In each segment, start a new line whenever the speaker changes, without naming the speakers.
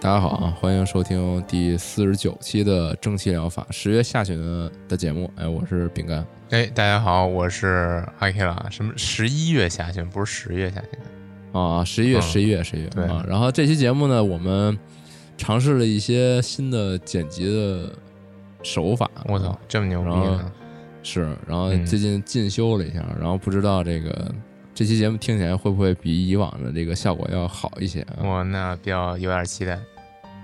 大家好啊，欢迎收听第四十九期的蒸汽疗法，十月下旬的节目。哎，我是饼干。
哎，大家好，我是阿 K 啦。什么十一月下旬，不是十月下旬。
啊，十一月，
嗯
十一月，十一月
对
啊。然后这期节目呢，我们尝试了一些新的剪辑的手法。
我操，这么牛逼
然
呢！
是，然后
嗯
最近进修了一下，然后不知道这个这期节目听起来会不会比以往的这个效果要好一些啊？
我那比较有点期待。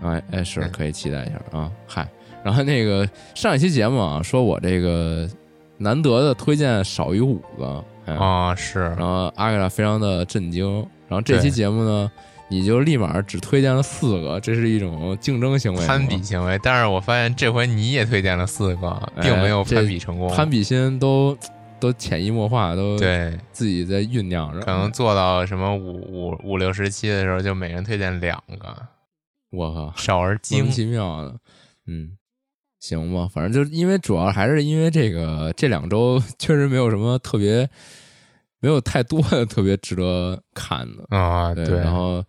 哎哎，是
嗯
可以期待一下啊。嗨，然后那个上一期节目啊，说我这个难得的推荐少于五个，哎，
哦，是
然后阿格拉非常的震惊。然后这期
对
节目呢，你就立马只推荐了四个，这是一种竞争行为啊吗，
攀比行为，但是我发现这回你也推荐了四个，
哎
并没有
这
攀比成功。
攀比心都都潜移默化，都
对，
自己在酝酿着。
可能做到什么五五五六十期的时候，就每人推荐两个，
我靠，
少而
莫
精
名。其妙的，嗯，行吧，反正就是因为主要还是因为这个这两周确实没有什么特别，没有太多的特别值得看的，
啊，
对，
对，
然后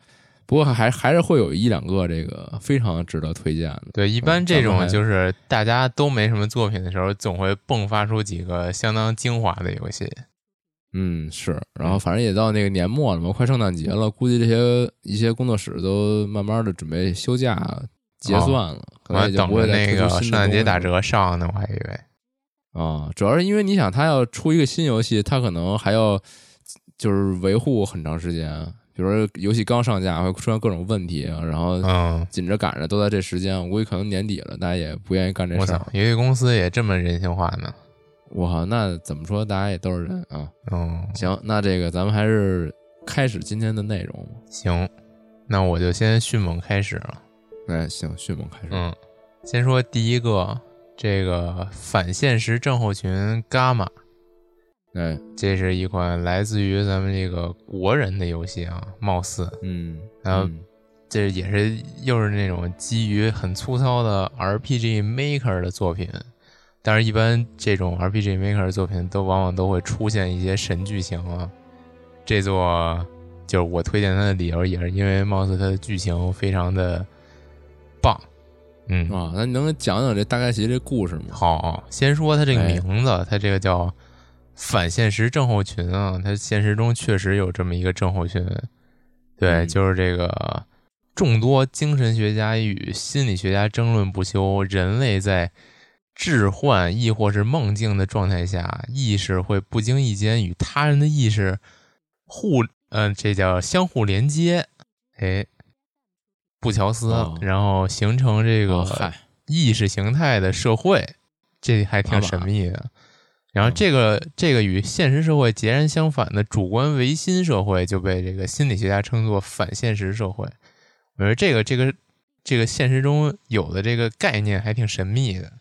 不过还还是会有一两个这个非常值得推荐的，
对，一
嗯
般这
咱们还
种就是大家都没什么作品的时候，总会迸发出几个相当精华的游戏。
嗯，是，然后反正也到那个年末了嘛，快圣诞节了，估计这些一些工作室都慢慢的准备休假结算了，可
哦我
能
还
也就
等
不
着
会再
那
推
个
出新
圣
的
诞
东
节
西
打
了
折上呢，我还以为。
啊，主要是因为你想，他要出一个新游戏，他可能还要就是维护很长时间，比如说游戏刚上架会出现各种问题，啊然后
嗯，
紧着赶着都在这时间，我估计可能年底了，大家也不愿意干这
我
事
操
儿。，
游戏公司也这么人性化呢。
我靠，那怎么说，大家也都是人啊。
嗯，
行，那这个咱们还是开始今天的内容吧。
行，那我就先迅猛开始了。
哎，行，迅猛开始。
嗯，先说第一个，这个反现实症候群伽马，
哎，
这是一款来自于咱们这个国人的游戏啊，貌似
嗯，
然后
嗯
这也是又是那种基于很粗糙的 RPG Maker 的作品，但是一般这种 RPG Maker 作品都往往都会出现一些神剧情啊。这座就是我推荐它的理由，也是因为貌似它的剧情非常的棒。嗯，
啊，那你能讲讲这大概其这故事吗？
好，先说它这个
哎
名字，它这个叫反现实症候群啊，它现实中确实有这么一个症候群，对，
嗯
就是这个众多精神学家与心理学家争论不休，人类在置换亦或是梦境的状态下，意识会不经意间与他人的意识互，嗯、这叫相互连接，哎，布乔斯，
哦
然后形成这个、
哦嗨，
意识形态的社会，这还挺神秘的。然后
嗯
这个这个与现实社会截然相反的主观唯心社会，就被这个心理学家称作反现实社会。我觉得这个这个这个现实中有的这个概念还挺神秘的。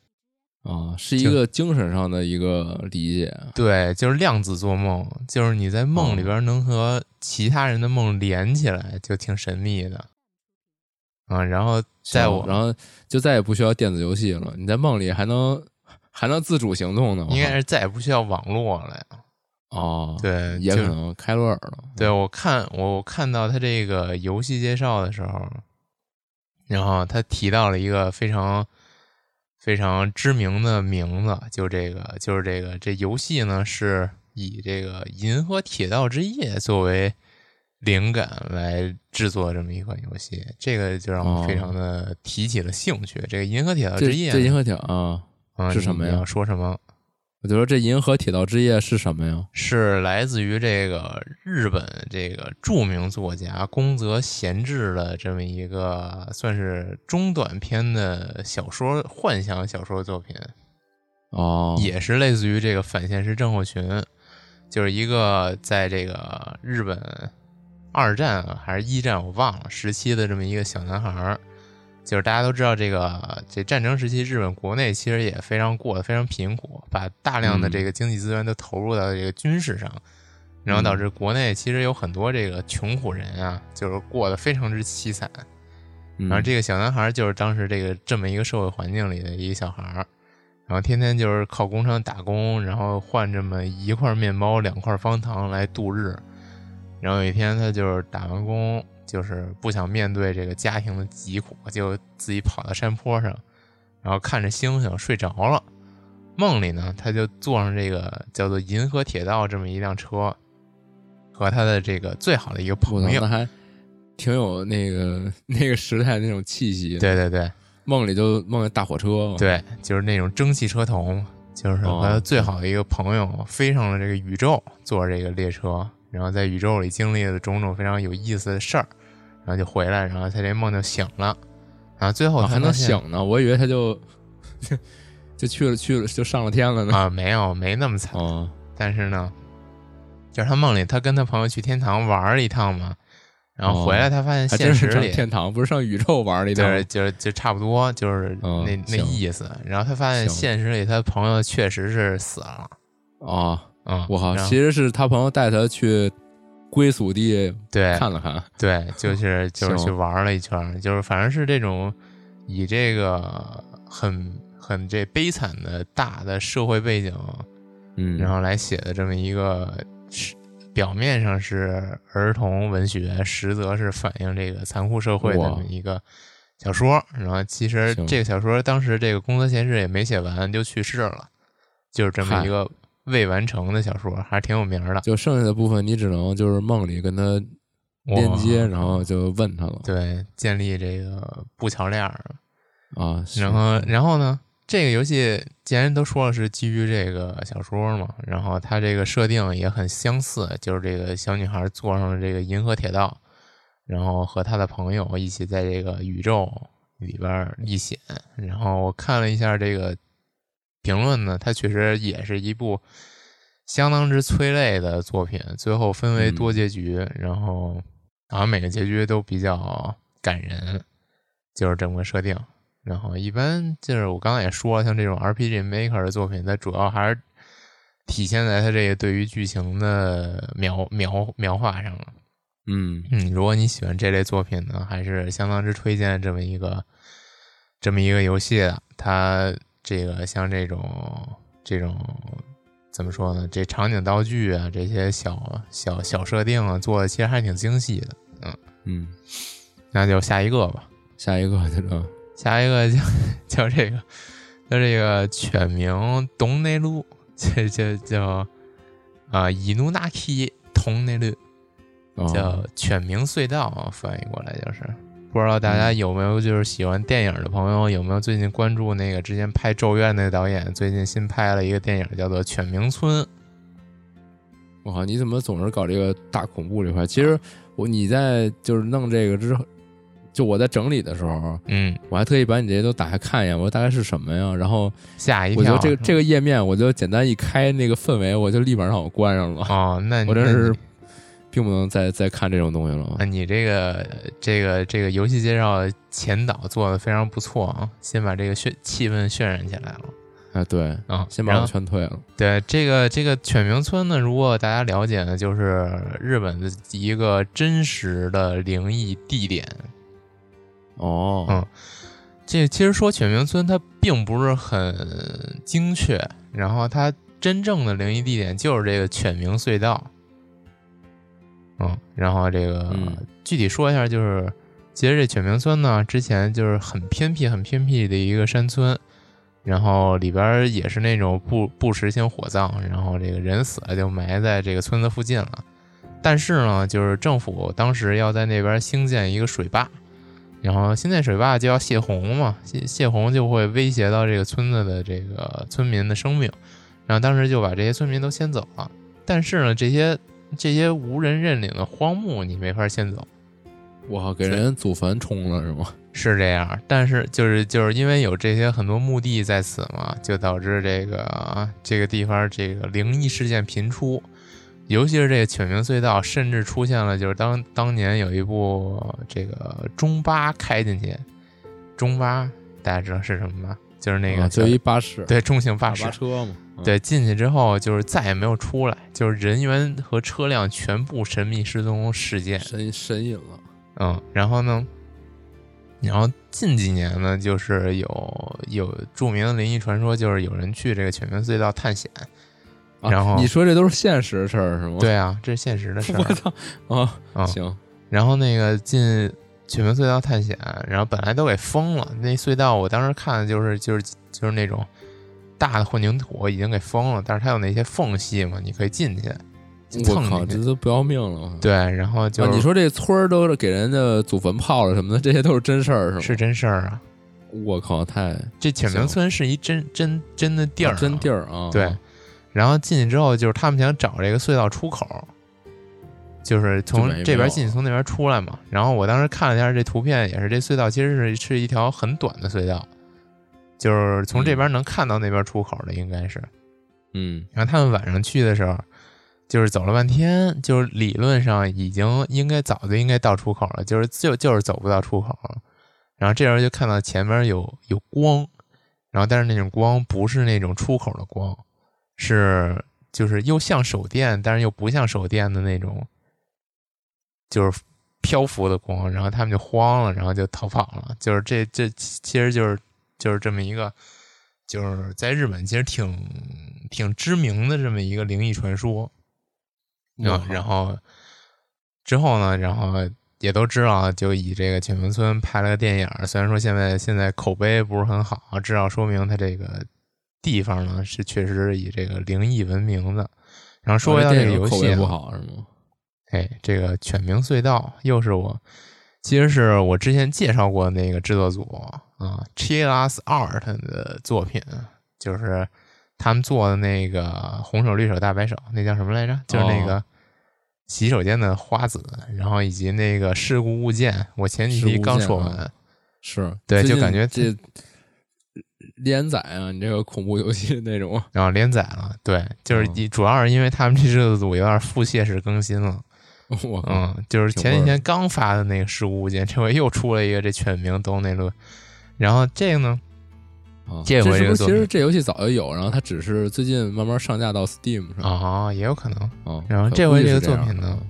啊，是一
就
个精神上的一个理解。啊
对，就是量子做梦，就是你在
哦
梦里边能和其他人的梦连起来，就挺神秘的。啊，然后在
行
我
然后就再也不需要电子游戏了。你在梦里还能还能自主行动呢，
应该
是
是再也不需要网络了呀。
哦，，
对，
也
就
可能开罗尔了。
对我看我看到他这个游戏介绍的时候，然后他提到了一个非常非常知名的名字，就这个就是这个这游戏呢是以这个《银河铁道之夜》作为灵感来制作这么一款游戏，这个就让我非常的提起了兴趣。这个《银河铁道
哦这
之夜
这
呢
银》河铁啊，
啊
是什么呀
你要说什么？
我就说这银河铁道之夜是什么呀？
是来自于这个日本这个著名作家宫泽贤治的这么一个算是中短篇的小说幻想小说作品，
哦，
也是类似于这个反现实症候群，就是一个在这个日本二战啊还是一战我忘了时期的这么一个小男孩儿。就是大家都知道，这个这战争时期，日本国内其实也非常过得非常贫苦，把大量的
嗯
这个经济资源都投入到这个军事上，然后导
嗯
致国内其实有很多这个穷苦人啊，就是过得非常之凄惨。
嗯，
然后这个小男孩儿就是当时这个这么一个社会环境里的一个小孩儿，然后天天就是靠工厂打工，然后换这么一块面包、两块方糖来度日。然后有一天他就是打完工，就是不想面对这个家庭的疾苦，就自己跑到山坡上，然后看着星星睡着了。梦里呢，他就坐上这个叫做银河铁道这么一辆车，和他的这个最好的一个
我
朋
操，
友
那，还挺有那个那个时代那种气息。，
对对对
梦里就梦见大火车，，
对，就是那种蒸汽车头嘛，就是和他
哦
最好的一个朋友飞上了这个宇宙，坐这个列车，然后在宇宙里经历了种种非常有意思的事儿，然后就回来，然后他这梦就醒了，然后最后
哦，
他
还能
发现
醒呢，我以为他就就去了去了就上了天了呢。
啊？没有，没那么惨，
哦，
但是呢，就是他梦里他跟他朋友去天堂玩了一趟嘛，然后回来他发现
哦还
现
真
实
是上
里。
天堂，不是上宇宙玩了一趟
就
吗。
是就是就差不多，就是那、
嗯
那
行
意思。然后他发现
行
现实里他朋友确实是死了，
哦，
嗯，
我靠，
然后
其实是他朋友带他去归属地
对
看了看。
对，就是就是去
嗯行
玩了一圈儿，就是反正是这种以这个很很这悲惨的大的社会背景，
嗯，
然后来写的这么一个是表面上是儿童文学，实则是反映这个残酷社会的
哇
这么一个小说。然后其实
行
这个小说当时这个宫泽贤治也没写完就去世了，就是这么
嗨
一个未完成的小说，还是挺有名儿的。
就剩下的部分，你只能就是梦里跟他链接，
哇
然后就问他了
嗯对建立这个布桥链儿。
啊。是
然后，然后呢？这个游戏既然都说了是基于这个小说嘛，然后它这个设定也很相似，就是这个小女孩坐上了这个银河铁道，然后和她的朋友一起在这个宇宙里边儿历险。然后我看了一下这个评论呢，它确实也是一部相当之催泪的作品，最后分为多结局，然后好像每个结局都比较感人，就是这么个设定。然后一般就是我刚才也说了，像这种 RPG Maker 的作品，它主要还是体现在它这个对于剧情的描描描画上了。
嗯，
嗯，如果你喜欢这类作品呢，还是相当之推荐这么一个这么一个游戏的。它这个像这种这种怎么说呢？这场景道具啊，这些小小小设定啊，做的其实还挺精细的。
嗯，
那就下一个吧，
下一个就是
下一个叫叫这个叫这个犬名东内路，这这叫啊伊努纳基同内路。叫
哦
《犬鸣隧道》，啊翻译过来就是。不知道大
嗯
家有没有就是喜欢电影的朋友，有没有最近关注那个之前拍《咒怨》那个导演，最近新拍了一个电影叫做《犬鸣村》。
我靠，你怎么总是搞这个大恐怖这块？其实我你在就是弄这个之后，就我在整理的时候，
嗯，
我还特意把你这些都打开看一眼，我说大概是什么呀？然后
吓一
我觉
跳。啊
得这个这个页面，我就简单一开那个氛围，我就立马让我关上了，
哦，那
我真
那你
是并不能再再看这种东西了
啊，。你这个这个这个游戏介绍前导做的非常不错啊，先把这个渲气氛渲染起来了
啊，对，
啊。
先把
然后
我劝退了。
对这个这个犬鸣村呢，如果大家了解呢，就是日本的一个真实的灵异地点。
哦，
嗯这其实说犬鸣村它并不是很精确，然后它真正的灵异地点就是这个犬鸣隧道。嗯，然后这个、
嗯
具体说一下，就是其实这犬鸣村呢，之前就是很偏僻、很偏僻的一个山村，然后里边儿也是那种不不实行火葬，然后这个人死了就埋在这个村子附近了。但是呢，就是政府当时要在那边兴建一个水坝，然后新建水坝就要泄洪嘛，泄泄洪就会威胁到这个村子的这个村民的生命，然后当时就把这些村民都先走了。但是呢，这些这些无人认领的荒墓你没法先走，
我靠，给人祖坟冲了是吗？
是这样。但是就是就是因为有这些很多墓地在此嘛，就导致这个啊这个地方这个灵异事件频出，尤其是这个犬鸣隧道，甚至出现了就是当当年有一部这个中巴开进去，中巴大家知道是什么吧？就是那个
啊
小、
就一巴士，
对中型
大
巴士
巴车嘛。嗯，
对，进去之后就是再也没有出来，就是人员和车辆全部神秘失踪事件。
神神隐了。
嗯，然后呢，然后近几年呢，就是有有著名的灵异传说，就是有人去这个犬鸣隧道探险。
啊
然后
你说这都是现实事儿是吗？
对啊，这是现实的事儿
我操啊，
啊、嗯
行，
然后那个进曲面隧道探险，然后本来都给封了，那隧道我当时看的就是就是就是那种大的混凝土已经给封了，但是它有那些缝隙嘛，你可以进去，
我
蹭
靠，
进
这
去。
都不要命了。
对，然后
嗯
就
啊，
是、
你说这村儿都是给人家祖坟泡了什么的，这些都是真事儿是吗？
是真事儿啊？
我靠，太
这浅明村是一真真真的地儿、
真地
儿。
儿啊！
对，然后进去之后，就是他们想找这个隧道出口，就是从
就没
这
没有
边进去，从那边出来嘛。然后我当时看了一下这图片，也是这隧道其实是是一条很短的隧道，就是从这边能看到那边出口的，应该是。
嗯，
然后他们晚上去的时候，就是走了半天，就是理论上已经应该早就应该到出口了，就是就就是走不到出口了。然后这时候就看到前面有有光，然后但是那种光不是那种出口的光，是就是又像手电，但是又不像手电的那种，就是漂浮的光。然后他们就慌了，然后就逃跑了。就是这这其其实就是就是这么一个，就是在日本其实挺挺知名的这么一个灵异传说。
我
嗯，
靠
然后之后呢，然后也都知道，啊就以这个浅门村拍了个电影儿。虽然说现在现在口碑不是很好，至少说明它这个地方呢是确实是以这个灵异闻名的。然后说回到这
哦这
个游
口
戏
碑
啊
不好是吗？
哎，这个《犬鸣隧道》又是我，其实是我之前介绍过那个制作组啊 c h i l a s Art 的作品，就是他们做的那个《红手绿手大白手》，那叫什么来着？就是
哦
那个洗手间的花子，然后以及那个事故物件。我前几
事故
期
物
刚
件
说
啊
完，
是，
对
最
就
近
感觉
这连载啊，你这个恐怖游戏那种啊，
然后连载了。对，就是
嗯
一主要是因为他们这制作组有点腹泻式更新了。
我靠，
嗯，就是
挺
前几
味儿
天刚发的那个事故物件，这回又出了一个这犬鸣兜内论。然后这个呢，
啊
这
这
回
是
这个
不是
作
其
品
实这游戏早就有，然后它只是最近慢慢上架到 Steam 上
啊、也有可能
啊
然后
可
这
估
回
计
这
是
个
这
作
样
品呢
啊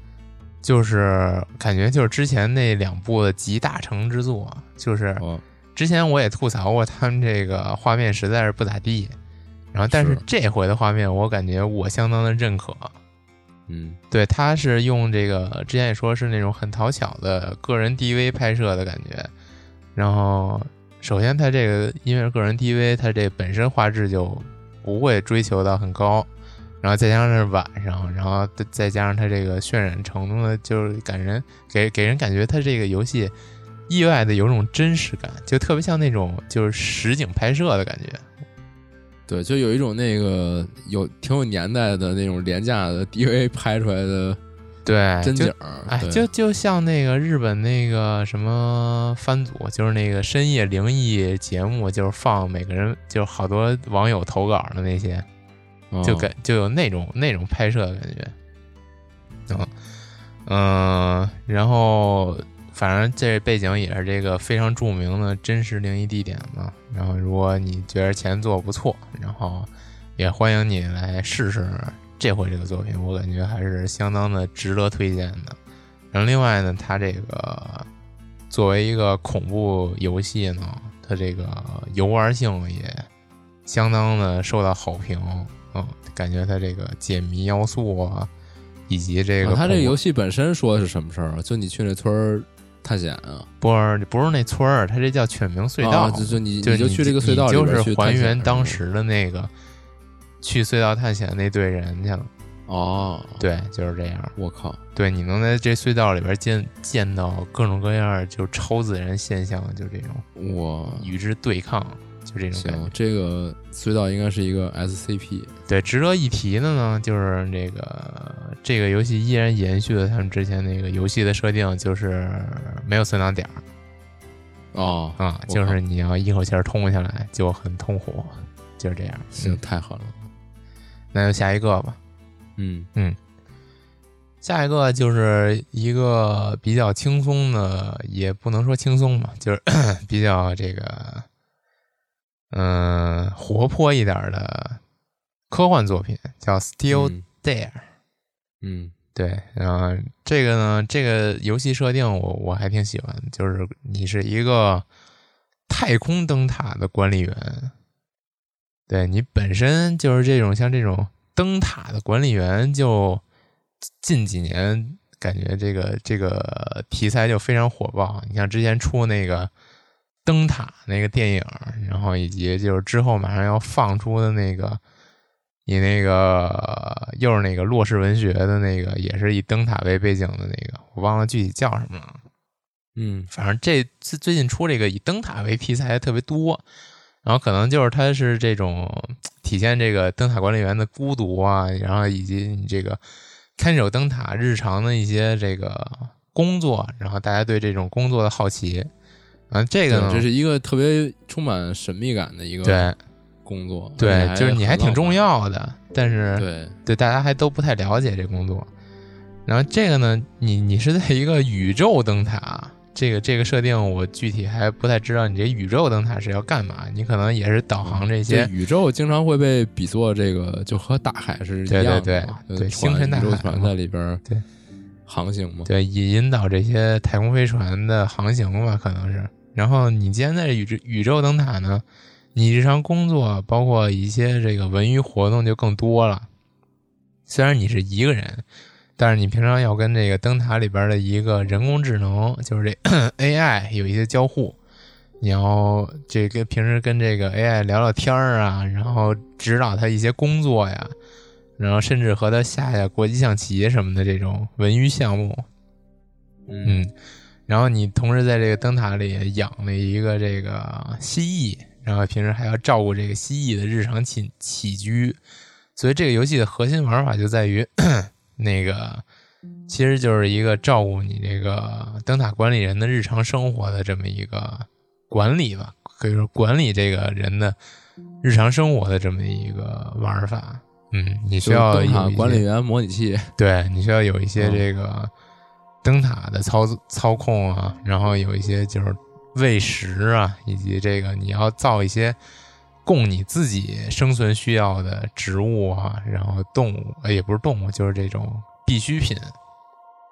就是感觉就是之前那两部的集大成之作啊，就是
哦，
之前我也吐槽过他们这个画面实在是不咋地，然后但是
是
这回的画面我感觉我相当的认可，
嗯，
对，他是用这个之前也说是那种很讨巧的个人 DV 拍摄的感觉。然后，首先他这个因为是个人 DV，他这本身画质就不会追求到很高，然后再加上是晚上，然后再再加上他这个渲染程度呢，就是感人给给人感觉他这个游戏意外的有种真实感，就特别像那种就是实景拍摄的感觉。
对，就有一种那个有挺有年代的那种廉价的 DV 拍出来的
对，
真
就
景儿，
哎，
对
就就像那个日本那个什么番组，就是那个深夜灵异节目，就是放每个人，就是好多网友投稿的那些，就
啊
感就有那种那种拍摄的感觉。嗯嗯，然后反正这背景也是这个非常著名的真实灵异地点嘛。然后如果你觉得前作不错，然后也欢迎你来试试这回这个作品，我感觉还是相当的值得推荐的。然后另外呢，它这个作为一个恐怖游戏呢，它这个游玩性也相当的受到好评。嗯，感觉它这个解谜要素啊，以及这个
啊它这个
恐怖
游戏本身说的是什么事儿啊？就你去那村儿探险啊，
不是不是那村儿，它这叫犬鸣隧道，
啊就就你
就
你就
你
去这个隧道
你
里边
就
去
是
探
还
险
原
是
当
吗
时的那个去隧道探险那队人去了。
哦，
对，就是这样。
我靠，
对，你能在这隧道里边见见到各种各样儿就超自然现象，就这种
我
与之对抗，就这种感觉
嗯行，。这个隧道应该是一个 SCP，
对，值得一提的呢，就是这个这个游戏依然延续了他们之前那个游戏的设定，就是没有存档点儿
哦，
啊，
我
就
靠
是你要一口气儿通下来就很痛苦，就是这样。
行，
嗯，
太狠了，
那就下一个吧。
嗯，
下一个就是一个比较轻松的，也不能说轻松吧，就是 比较这个，嗯、活泼一点儿的科幻作品，叫《Still
嗯
There》。
嗯，
对，然后这个呢，这个游戏设定我我还挺喜欢，就是你是一个太空灯塔的管理员，对你本身就是这种像这种灯塔的管理员，就近几年感觉这个这个题材就非常火爆。你像之前出那个《灯塔》那个电影，然后以及就是之后马上要放出的那个，以那个又是那个洛氏文学的那个，也是以灯塔为背景的那个，我忘了具体叫什么了。
嗯
反正这最最近出这个以灯塔为题材的特别多，然后可能就是它是这种体现这个灯塔管理员的孤独啊，然后以及你这个看守灯塔日常的一些这个工作，然后大家对这种工作的好奇，嗯，这个呢，
这是一个特别充满神秘感的一个
对
工作，而
对
且，
就是你还
很
挺
浪
重
漫，
要的，但是
对，
对，大家还都不太了解这工作。然后这个呢，你你是在一个宇宙灯塔，这个这个设定我具体还不太知道，你这宇宙灯塔是要干嘛？你可能也是导航这
这
些，
宇宙经常会被比作这个，就和大海是一
对
样
对
的嘛，
对
就
对
船
星辰大
宇宙
海
船
嘛
在里边儿
对
航行嘛，
对，引引导这些太空飞船的航行吧，可能是。然后你既然在这宇宙宇宙灯塔呢，你日常工作包括一些这个文娱活动就更多了。虽然你是一个人，但是你平常要跟这个灯塔里边的一个人工智能，就是这 AI 有一些交互。你要这个平时跟这个 AI 聊聊天儿啊，然后指导他一些工作呀，然后甚至和他下下国际象棋什么的这种文娱项目，嗯，然后你同时在这个灯塔里养了一个这个蜥蜴，然后平时还要照顾这个蜥蜴的日常起起居，所以这个游戏的核心玩法就在于 那个，其实就是一个照顾你这个灯塔管理人的日常生活的这么一个管理吧，可以说管理这个人的日常生活的这么一个玩法。嗯，你需
就是
要
灯塔
有一
管
些
理员模拟器，
对你需要有一些
嗯
这个灯塔的操操控啊，然后有一些就是喂食啊，以及这个你要造一些供你自己生存需要的植物啊，然后动物，呃，也不是动物，就是这种必需品。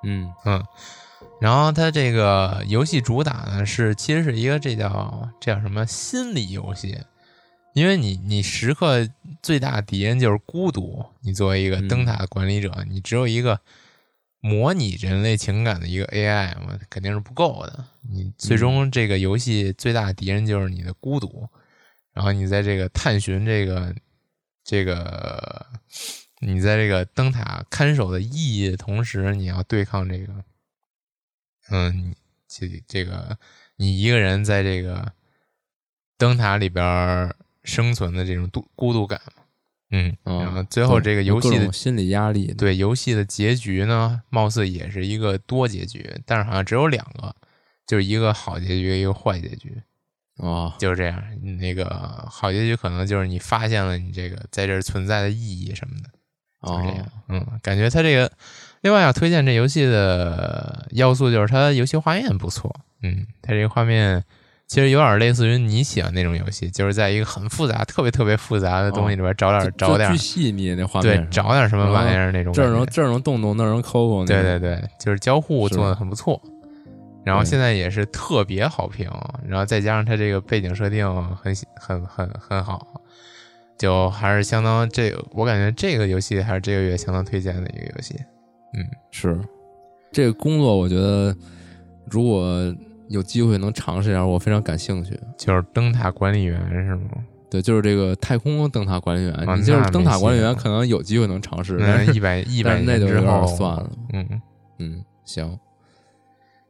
嗯
嗯，然后它这个游戏主打呢是，其实是一个这叫这叫什么心理游戏，因为你你时刻最大的敌人就是孤独，你作为一个
嗯
灯塔的管理者，你只有一个模拟人类情感的一个 AI 嘛，肯定是不够的。你最终这个游戏最大的敌人就是你的孤独，然后你在这个探寻这个这个你在这个灯塔看守的意义的同时，你要对抗这个，嗯，这这个你一个人在这个灯塔里边儿生存的这种孤孤独感嘛，嗯，
啊
然后最后这个游戏
有各
的
种心理压力，
对游戏的结局呢，貌似也是一个多结局，但是好像只有两个，就是一个好结局，一个坏结局，
啊，
就是这样。你那个好结局可能就是你发现了你这个在这儿存在的意义什么的，就是这样
哦。
嗯，感觉它这个，另外要推荐这游戏的要素就是它游戏画面不错。嗯，它这个画面其实有点类似于你喜欢那种游戏，就是在一个很复杂、特别特别复杂的东西里边找点、
就
找点
巨细腻那画
对
面，
找点什么玩意儿那种
这
感
儿
觉。
能这儿能动动，那儿能抠抠，
对对对，就是交互
嗯是嗯
做的很不错，然后
对
现在也是特别好评，然后再加上它这个背景设定很喜很很很好，就还是相当这我感觉这个游戏还是这个月相当推荐的一个游戏。
是这个工作，我觉得如果有机会能尝试一下，我非常感兴趣。
就是灯塔管理员是吗？
对，就是这个太空灯塔管理员，
啊
你就是
那没
灯塔管理
戏
员，
了
可能有机会能尝试，
那
但是
一百一
但
百
是那
年
就有
之后
点算了。
嗯，
嗯，行，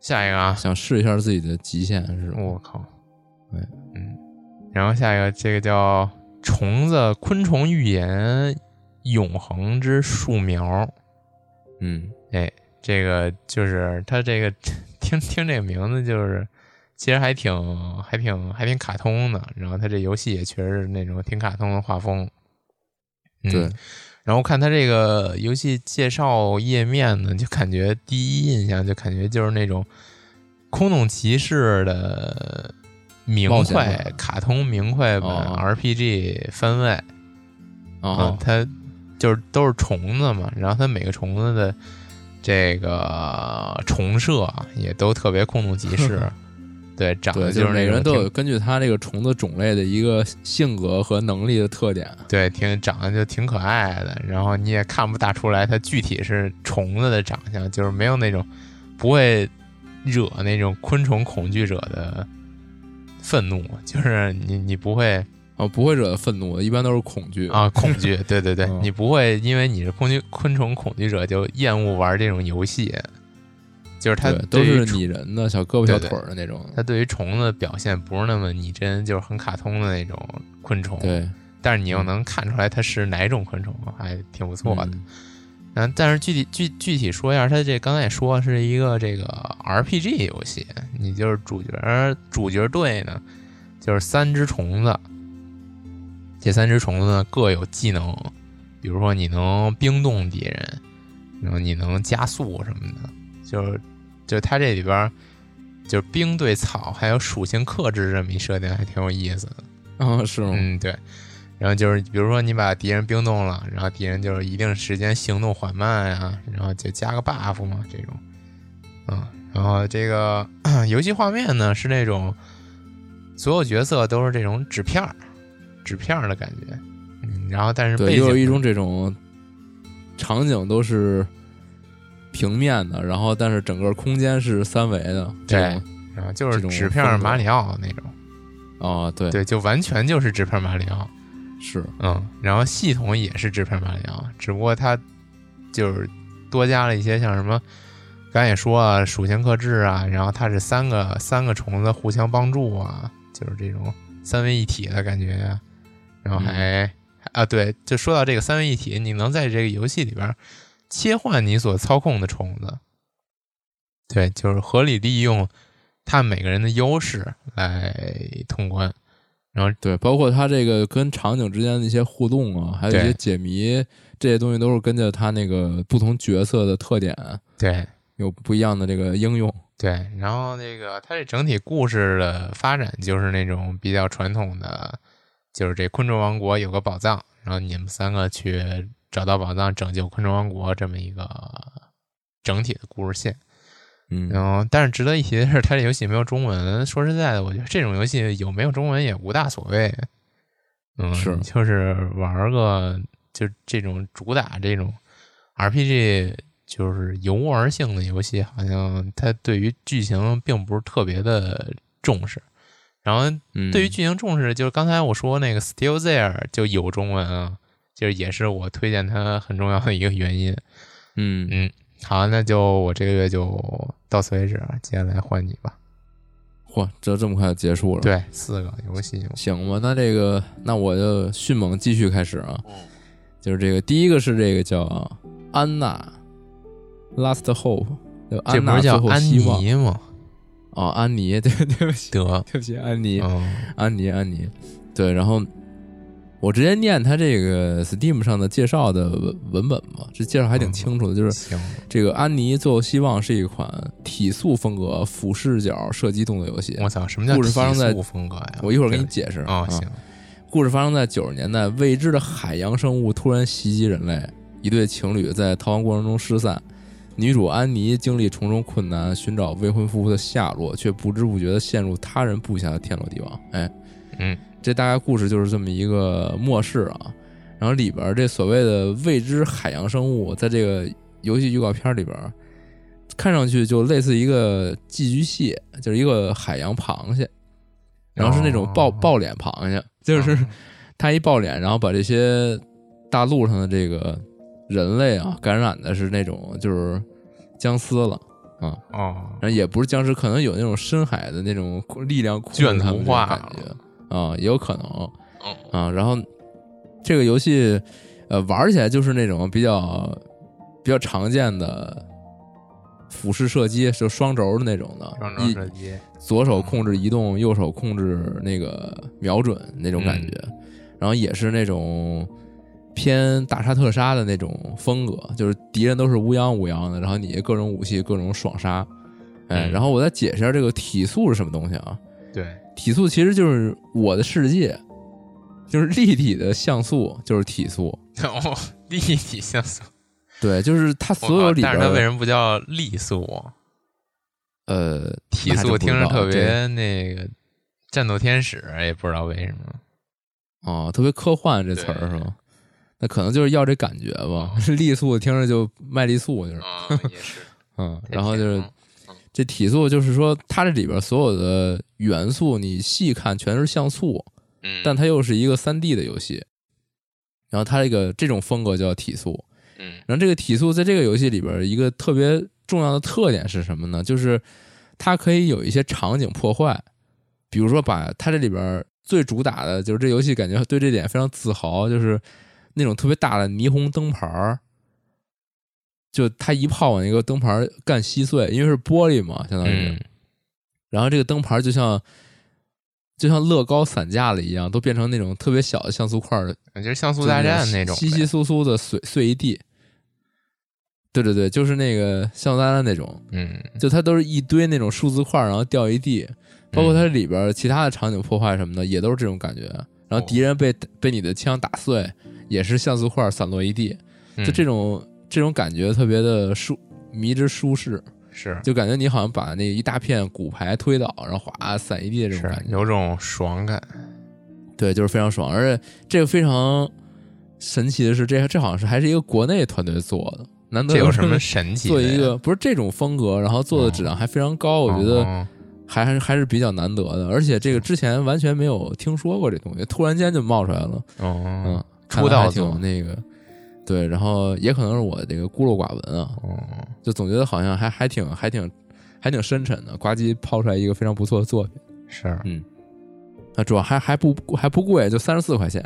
下一个啊，
想试一下自己的极限是吧？
我靠，
对，
嗯，然后下一个这个叫《虫子昆虫预言：永恒之树苗》。
嗯，
这个就是它这个听 听这个名字就是，其实还挺还挺还挺卡通的。然后它这游戏也确实是那种挺卡通的画风。嗯、
对，
然后看它这个游戏介绍页面呢，就感觉第一印象就感觉就是那种空洞骑士的明
冒险
快
版
卡通明快版
哦
RPG 番外。
哦
嗯，，它就是都是虫子嘛，然后它每个虫子的 这个虫舍啊也都特别空洞极是，对，长
对，
得
就是
是
每
那
个人
种
都
挺
有根据他这个虫子种类的一个性格和能力的特点。
对，挺长得就挺可爱的，然后你也看不大出来它具体是虫子的长相，就是没有那种不会惹那种昆虫恐惧者的愤怒，就是你你不会
啊，不会惹愤怒的，一般都是恐惧。
啊恐惧，对对对，
嗯
你不会因为你是昆昆虫恐惧者就厌恶玩这种游戏，就是它
对，都
对于
是
虫
拟人的小胳膊小
对对
腿儿的那种。
它对于虫子的表现不是那么拟真，就是很卡通的那种昆虫，
对，
但是你又能看出来它是哪种昆虫，还挺不错的。
嗯
然后，但是具体具具体说一下，它这刚才也说是一个这个 RPG 游戏，你就是主角主角队呢，就是三只虫子，这三只虫子呢各有技能，比如说你能冰冻敌人，然后你能加速什么的，就是就是它这里边儿就是冰对草还有属性克制这么一设定，还挺有意思的。
啊，是吗？
嗯，对。然后就是，比如说你把敌人冰冻了，然后敌人就是一定时间行动缓慢啊，然后就加个 buff 嘛，这种，嗯，然后这个 游戏画面呢是那种所有角色都是这种纸片儿，纸片儿的感觉，嗯，然后但是
对，
背景
又有
呢
一种这种场景都是平面的，然后但是整个空间是三维的。这
对
种
然后就是
这种
纸片儿
风格
马里奥那种，
啊，对，
对，就完全就是纸片儿马里奥，
是
嗯，然后系统也是制片马里奥，只不过它就是多加了一些像什么，刚才也说啊，属性克制啊，然后它是三个三个虫子互相帮助啊，就是这种三位一体的感觉呀、然后还、啊，对，就说到这个三位一体，你能在这个游戏里边切换你所操控的虫子，对，就是合理利用他每个人的优势来通关。
对，包括它这个跟场景之间的一些互动啊，还有一
对
些解谜，这些东西都是跟着它那个不同角色的特点
对，
有不一样的这个应用。
对，然后那个它这整体故事的发展就是那种比较传统的，就是这昆虫王国有个宝藏，然后你们三个去找到宝藏，拯救昆虫王国这么一个整体的故事线。
嗯，
然后，但是值得一提的是，它这游戏没有中文。说实在的，我觉得这种游戏有没有中文也无大所谓。嗯，
是
就是玩儿个就这种主打这种 RPG，就是游玩性的游戏，好像它对于剧情并不是特别的重视。然后
嗯
对于剧情重视，就是刚才我说那个《Still There》就有中文啊，就是也是我推荐它很重要的一个原因。
嗯，
嗯，好，那就我这个月就到此为止啊，接下来换你吧。
嚯，这这么快就结束了？
对，四个游戏嘛，
行吧，那这个那我就迅猛继续开始啊，就是这个第一个是这个叫安娜，Last Hope，就
这
安
不
娜
是
最
叫
后
安
希望
妮吗？
哦，安妮，对对不起，
得，
对不起，安妮，
嗯，
安妮，安妮，对，然后我直接念他这个 Steam 上的介绍的文文本吧，这介绍还
嗯
挺清楚的，就是
行，
这个《安妮最后希望》是一款体速风格俯视角射击动作游戏。
我操，什么叫
故事发生在
提速风格呀？
我一会儿给你
对
解释啊
哦，行，
故事发生在九十年代，未知的海洋生物突然袭击人类，一对情侣在逃亡过程中失散。女主安妮经历重重困难，寻找未婚夫妇的下落，却不知不觉地陷入他人布下的天罗地网。哎，
嗯，
这大概故事就是这么一个末世啊。然后里边儿这所谓的未知海洋生物，在这个游戏预告片里边儿，看上去就类似一个寄居蟹，就是一个海洋螃蟹，然后是那种
哦
抱抱脸螃蟹，就是
嗯
它一抱脸，然后把这些大陆上的这个人类啊感染的是那种就是僵尸了。啊，
哦，
然后也不是僵尸，可能有那种深海的那种力量控制
卷
他
土
们这种
化
感
了
觉啊，也有可能。
嗯
啊，然后这个游戏呃玩起来就是那种比较比较常见的俯视射击，就双轴的那种的，
双
一
轴射击，
左手控制移动，右手控制那个瞄准那种
嗯
感觉，然后也是那种偏大杀特杀的那种风格，就是敌人都是乌泱乌泱的，然后你各种武器各种爽杀，哎，
嗯
然后我再解释一下这个体速是什么东西啊，
对，
体速其实就是我的世界，就是立体的像素，就是体速。
哦，立体像素，
对，就是它
我
所有
靠
里边儿
但是
的，
它为什么不叫力速？
呃，
体
那就
速
不知
听着
道
特
这
别那个战斗天使，也不知道为什么。
哦，特别科幻这词儿是吧？那可能就是要这感觉吧， 力速听着就卖力速就是，
啊，也是。
嗯，
太
然后就
甜
是
了
这体速，就是说它这里边所有的元素你细看全是像素，
嗯，
但它又是一个三 D 的游戏，然后它这个这种风格叫体速，
嗯
然后这个体速在这个游戏里边一个特别重要的特点是什么呢？就是它可以有一些场景破坏，比如说把它这里边最主打的就是这游戏感觉对这点非常自豪，就是那种特别大的霓虹灯牌儿，就它一炮往一个灯牌儿干稀碎，因为是玻璃嘛，相当于，
嗯
然后这个灯牌就像就像乐高散架了一样，都变成那种特别小的像素块儿，
就是像素大战那种呗，
稀稀疏疏的碎碎一地。对对对，就是那个像素大战那种，
嗯
就它都是一堆那种数字块儿，然后掉一地，包括它
嗯
里边儿其他的场景破坏什么的，也都是这种感觉。然后敌
哦
人被被你的枪打碎，也是像素块儿散落一地，
嗯
就这种这种感觉特别的舒迷之舒适。
是
就感觉你好像把那一大片骨牌推倒，然后哗散一地这种
是
感觉。
有种爽感，
对，就是非常爽。而且这个非常神奇的是，这这好像是还是一个国内团队做的，难得
这有
有
什 么
人
神奇的
做
呀？
一个不是这种风格，然后做的质量还非常高，我觉得
哦嗯
还还是还是比较难得的。而且这个之前完全没有听说过这东西，突然间就冒出来了。
哦
嗯，看来
出道
还挺有
作
那个。对，然后也可能是我这个孤陋寡闻啊，
哦，
就总觉得好像还还挺还挺还挺深沉的。呱唧抛出来一个非常不错的作品。
是
啊，主要还还不还不贵，就三十四块钱。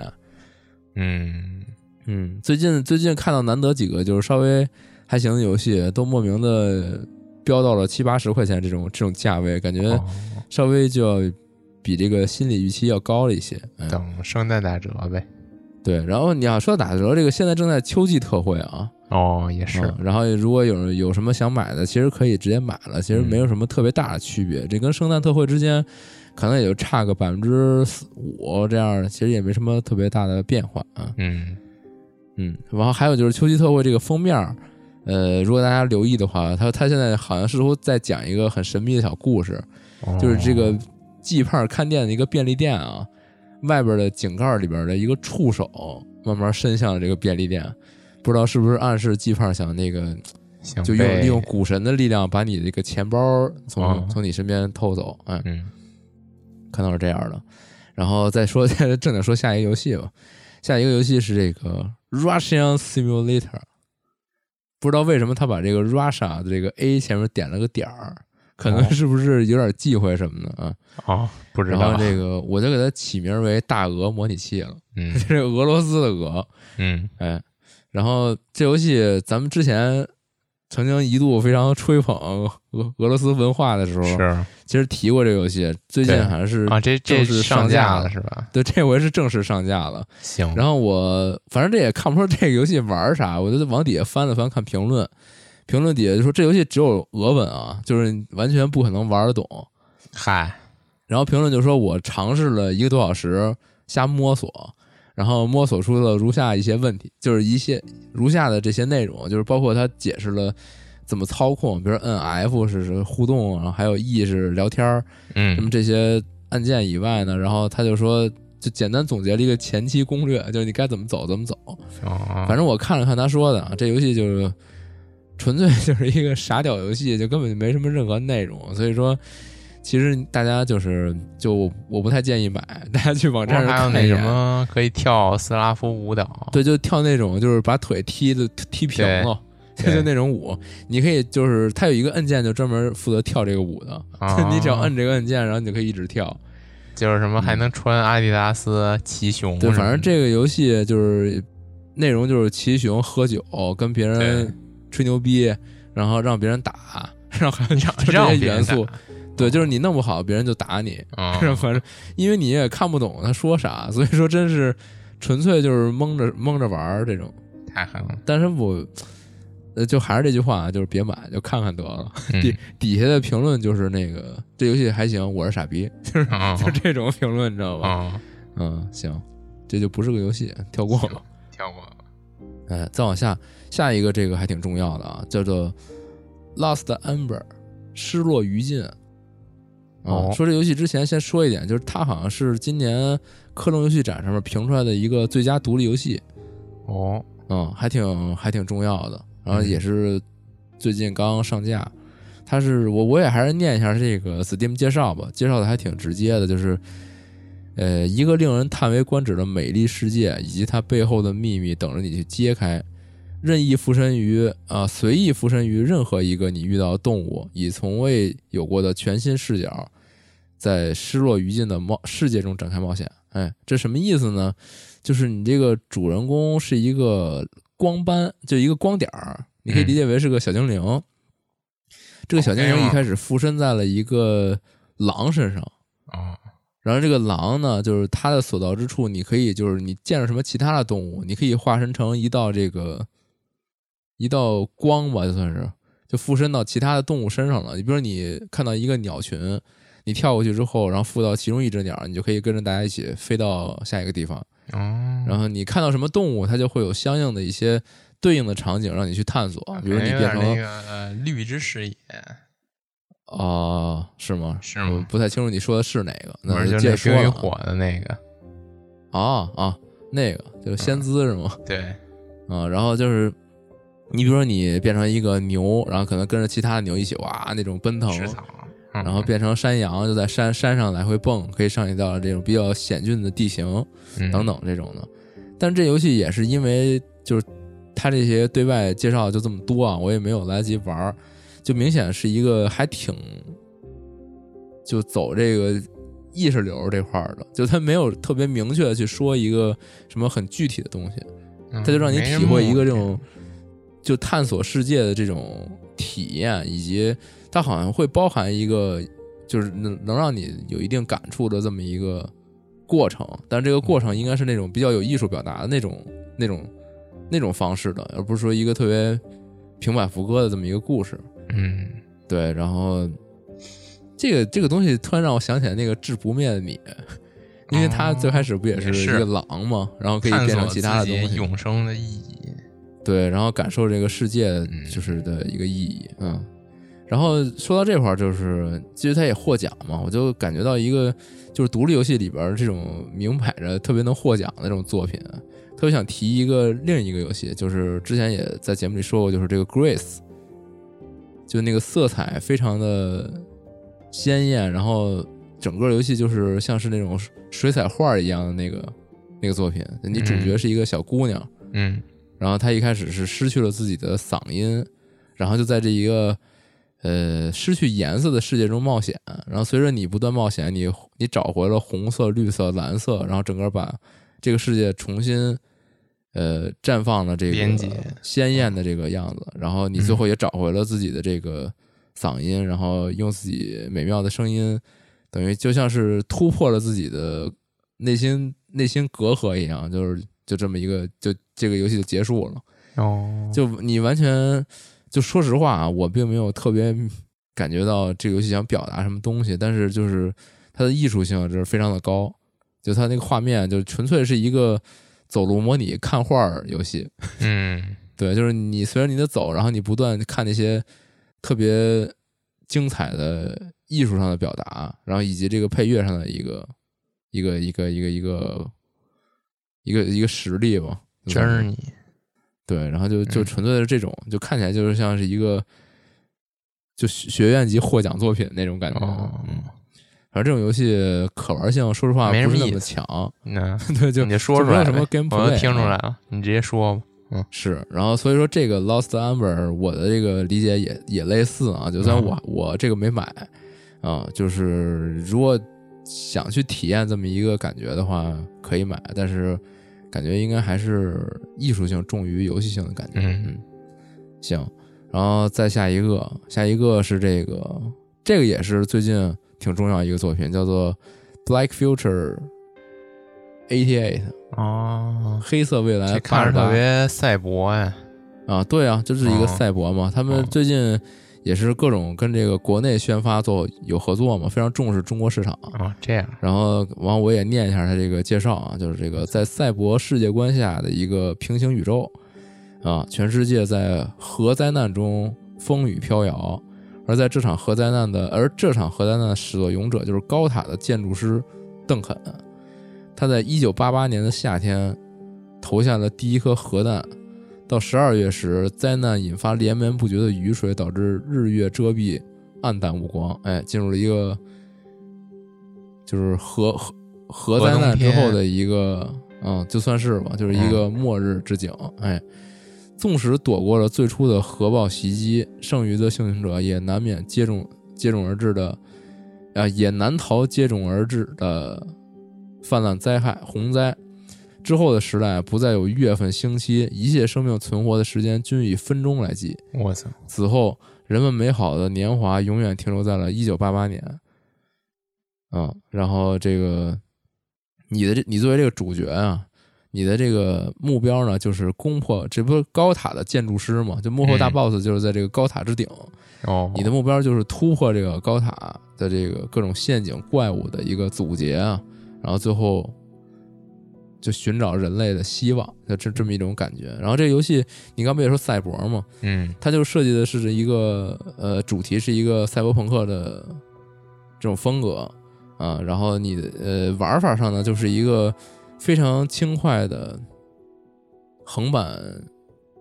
嗯
嗯，最近最近看到难得几个就是稍微还行的游戏，都莫名的飙到了七八十块钱这种这种价位，感觉
哦
稍微就要比这个心理预期要高了一些。嗯，
等圣诞打折呗。
对。然后你要说打折，这个现在正在秋季特惠啊。
哦，也是
嗯。然后如果有有什么想买的，其实可以直接买了，其实
嗯
没有什么特别大的区别。这跟圣诞特惠之间可能也就差个百分之五这样，其实也没什么特别大的变化啊。
嗯
嗯，然后还有就是秋季特惠这个封面儿，呃，如果大家留意的话，它它现在好像似乎在讲一个很神秘的小故事，
哦
就是这个季胖看店的一个便利店啊，外边的井盖里边的一个触手慢慢伸向了这个便利店，不知道是不是暗示季胖想那个
想
就用
被
利用股神的力量把你这个钱包从、
哦
从你身边偷走，哎，
嗯
看到是这样的。然后再说 正经说下一个游戏吧，下一个游戏是这个 Russian Simulator，不知道为什么他把这个 Russia 的这个 A 前面点了个点儿，可能
哦
是不是有点忌讳什么的啊？
哦，不知
然后
道
这个我就给它起名为大鹅模拟器了，
嗯
这是俄罗斯的鹅，
嗯
哎。然后这游戏咱们之前曾经一度非常吹捧俄俄罗斯文化的时候，
是啊，
其实提过这个游戏，最近
对啊
好像是
这这
正式上
上
架
架
了
了是吧？
对，这回是正式上架了。
行，
然后我反正这也看不出这个游戏玩儿啥，我就往底下翻了翻，看评论，评论底下就说这游戏只有俄文啊，就是完全不可能玩得懂。
嗨，
然后评论就说我尝试了一个多小时瞎摸索，然后摸索出了如下一些问题，就是一些如下的这些内容，就是包括他解释了。怎么操控？比如摁 F 是是互动，然后还有 E 是聊天儿，什么
嗯
这些案件以外呢，然后他就说，就简单总结了一个前期攻略，就是你该怎么走怎么走。
哦，
反正我看了看他说的，啊，这游戏就是纯粹 就是一个傻屌游戏，就根本就没什么任何内容。所以说，其实大家就是就我不太建议买，大家去网
不是
站上
还有
看
那
一
什
眼。
么可以跳斯拉夫舞蹈，
对，就跳那种就是把腿踢的踢平了，
对
就那种舞。你可以就是它有一个按键就专门负责跳这个舞的，
啊
你只要按这个按键，然后你就可以一直跳。
就是什么还能穿阿迪达斯骑熊什
嗯对，
么的，
反正这个游戏就是内容就是骑熊、喝酒、跟别
对
人吹牛逼，然后让别人打，然后
让
就
让
这些
别人
元素
打，
对，就是你弄不好，别人就打你。
啊，
反正因为你也看不懂他说啥，所以说真是纯粹就是蒙着蒙着玩儿这种。
太狠 了，
但是我呃，就还是这句话，就是别买，就看看得了。
嗯
底底下的评论就是那个这游戏还行，我是傻逼，就是
啊
就这种评论，你知道吧？
啊，
嗯，行，这就不是个游戏，跳过吧。
跳过了，
哎，再往下，下一个这个还挺重要的啊，叫做《Lost Amber》，失落于尽。啊、
哦
说这游戏之前先说一点，就是它好像是今年科隆游戏展上面评出来的一个最佳独立游戏，
哦，
嗯，还挺还挺重要的。然后也是最近刚上架，它是我我也还是念一下这个 Steam 介绍吧，介绍的还挺直接的，就是。呃，一个令人叹为观止的美丽世界以及它背后的秘密等着你去揭开，任意附身于啊、随意附身于任何一个你遇到的动物，以从未有过的全新视角，在失落于尽的冒世界中展开冒险。哎，这什么意思呢？就是你这个主人公是一个光斑，就一个光点儿，你可以理解为是个小精灵。这个小精灵一开始附身在了一个狼身上，
哦，
然后这个狼呢，就是它的所到之处，你可以就是你见着什么其他的动物，你可以化身成一道这个一道光吧，就算是就附身到其他的动物身上了。你比如说你看到一个鸟群，你跳过去之后，然后附到其中一只鸟，你就可以跟着大家一起飞到下一个地方。
哦，
然后你看到什么动物，它就会有相应的一些对应的场景让你去探索，比如你
哦
变
有点
成
那个呃绿之视野，
啊、是吗？
是吗
我不太清楚你说的是哪个，
不
嗯那
是
就
就
接
是那
着说
冰与
了
火的那个，
啊啊，那个就是
啊
先知是吗？
对，
啊，然后就是你比如说你变成一个牛，然后可能跟着其他的牛一起哇那种奔腾，
食草，嗯
哦然后变成山羊，就在山山上来回蹦，可以上一道这种比较险峻的地形
嗯
等，等这种的。但是这游戏也是因为就是它这些对外介绍就这么多啊，我也没有来得及玩儿，就明显是一个还挺就走这个。意识流这块儿的，就它没有特别明确的去说一个什么很具体的东西，
嗯
它就让你
没人
体会一个这
目
种就探索世界的这种体验，以及它好像会包含一个就是能能让你有一定感触的这么一个过程，但这个过程应该是那种比较有艺术表达的那种那种那种方式的，而不是说一个特别平板扶歌的这么一个故事。
的，嗯，
对，然后这个这个东西突然让我想起来那个《治不灭的你》，因为他最开始不也
哦也
是一
是
个狼嘛，然后可以
探
变
索
成其他的
自己
东西，
永生的意义，
对，然后感受这个世界就是的一个意义，嗯。然后说到这块儿，就是其实他也获奖嘛，我就感觉到一个就是独立游戏里边儿这种明摆着特别能获奖的这种作品，特别想提一个另一个游戏，就是之前也在节目里说过，就是这个 Grace，就那个色彩非常的鲜艳，然后整个游戏就是像是那种水彩画儿一样的那个那个作品，你主角是一个小姑娘，
嗯
然后他一开始是失去了自己的嗓音，然后就在这一个呃失去颜色的世界中冒险。然后随着你不断冒险，你你找回了红色、绿色、蓝色，然后整个把这个世界重新呃绽放了这
边
个
界
鲜艳的这个样子。然后你最后也找回了自己的这个嗓音，然后用自己美妙的声音，等于就像是突破了自己的内心内心隔阂一样，就是就这么一个，就这个游戏就结束了。
哦，
就你完全就说实话啊，我并没有特别感觉到这个游戏想表达什么东西，但是就是它的艺术性啊就是非常的高，就它那个画面就纯粹是一个走路模拟看画儿游戏。
嗯
对，就是你随着你的走，然后你不断地看那些特别精彩的艺术上的表达，然后以及这个配乐上的一个一个一个一个一个一个一个实力吧，就
真
算
是
是
你，
对，然后就就
嗯
纯粹的这种，就看起来就是像是一个就学学院级获奖作品那种感觉。
哦
嗯，反正这种游戏可玩性，说实话
没什
不是
么
那
意
么
思
强，
那
对，就
你就说
就
出
没有
来呗，
什么 gameplay
我都听出
啊
来了，你直接说吧，
是，然后所以说这个 Lost Amber，我的这个理解也也类似啊，就算
嗯
我、我这个没买啊，就是如果想去体验这么一个感觉的话，可以买，但是感觉应该还是艺术性重于游戏性的感觉。
嗯
行，然后再下一个，下一个是这个，这个也是最近挺重要一个作品，叫做 Black Future。88
哦，
黑色未来
这
88，
看着特别赛博呀，
啊，对啊，这是一个
哦
赛博嘛，他们
哦
最近也是各种跟这个国内宣发做有合作嘛，非常重视中国市场。
哦，这样，
然后，完我也念一下他这个介绍啊，就是这个在赛博世界观下的一个平行宇宙啊，全世界在核灾难中风雨飘摇，而在这场核灾难的，而这场核灾难的始作俑者就是高塔的建筑师邓肯，他在一九八八年的夏天投下了第一颗核弹。到十二月时，灾难引发连绵不绝的雨水，导致日月遮蔽，暗淡无光。哎，进入了一个就是核核核灾难之后的一个，嗯，就算是吧，就是一个末日之景。哎，纵使躲过了最初的核爆袭击，剩余的幸存者也难免接踵接踵而至的，啊，也难逃接踵而至的泛滥灾害、洪灾。之后的时代不再有月份、星期，一切生命存活的时间均以分钟来计。
我操，
此后，人们美好的年华永远停留在了一九八八年。嗯，然后这个你的这你作为这个主角啊，你的这个目标呢，就是攻破这不是高塔的建筑师嘛？就幕后大
嗯
boss 就是在这个高塔之顶，
哦，
你的目标就是突破这个高塔的这个各种陷阱、怪物的一个阻截啊，然后最后就寻找人类的希望，就这这么一种感觉。然后这个游戏，你刚不也说赛博嘛？
嗯
它就设计的是一个呃主题是一个赛博朋克的这种风格啊，然后你的呃玩法上呢就是一个非常轻快的横版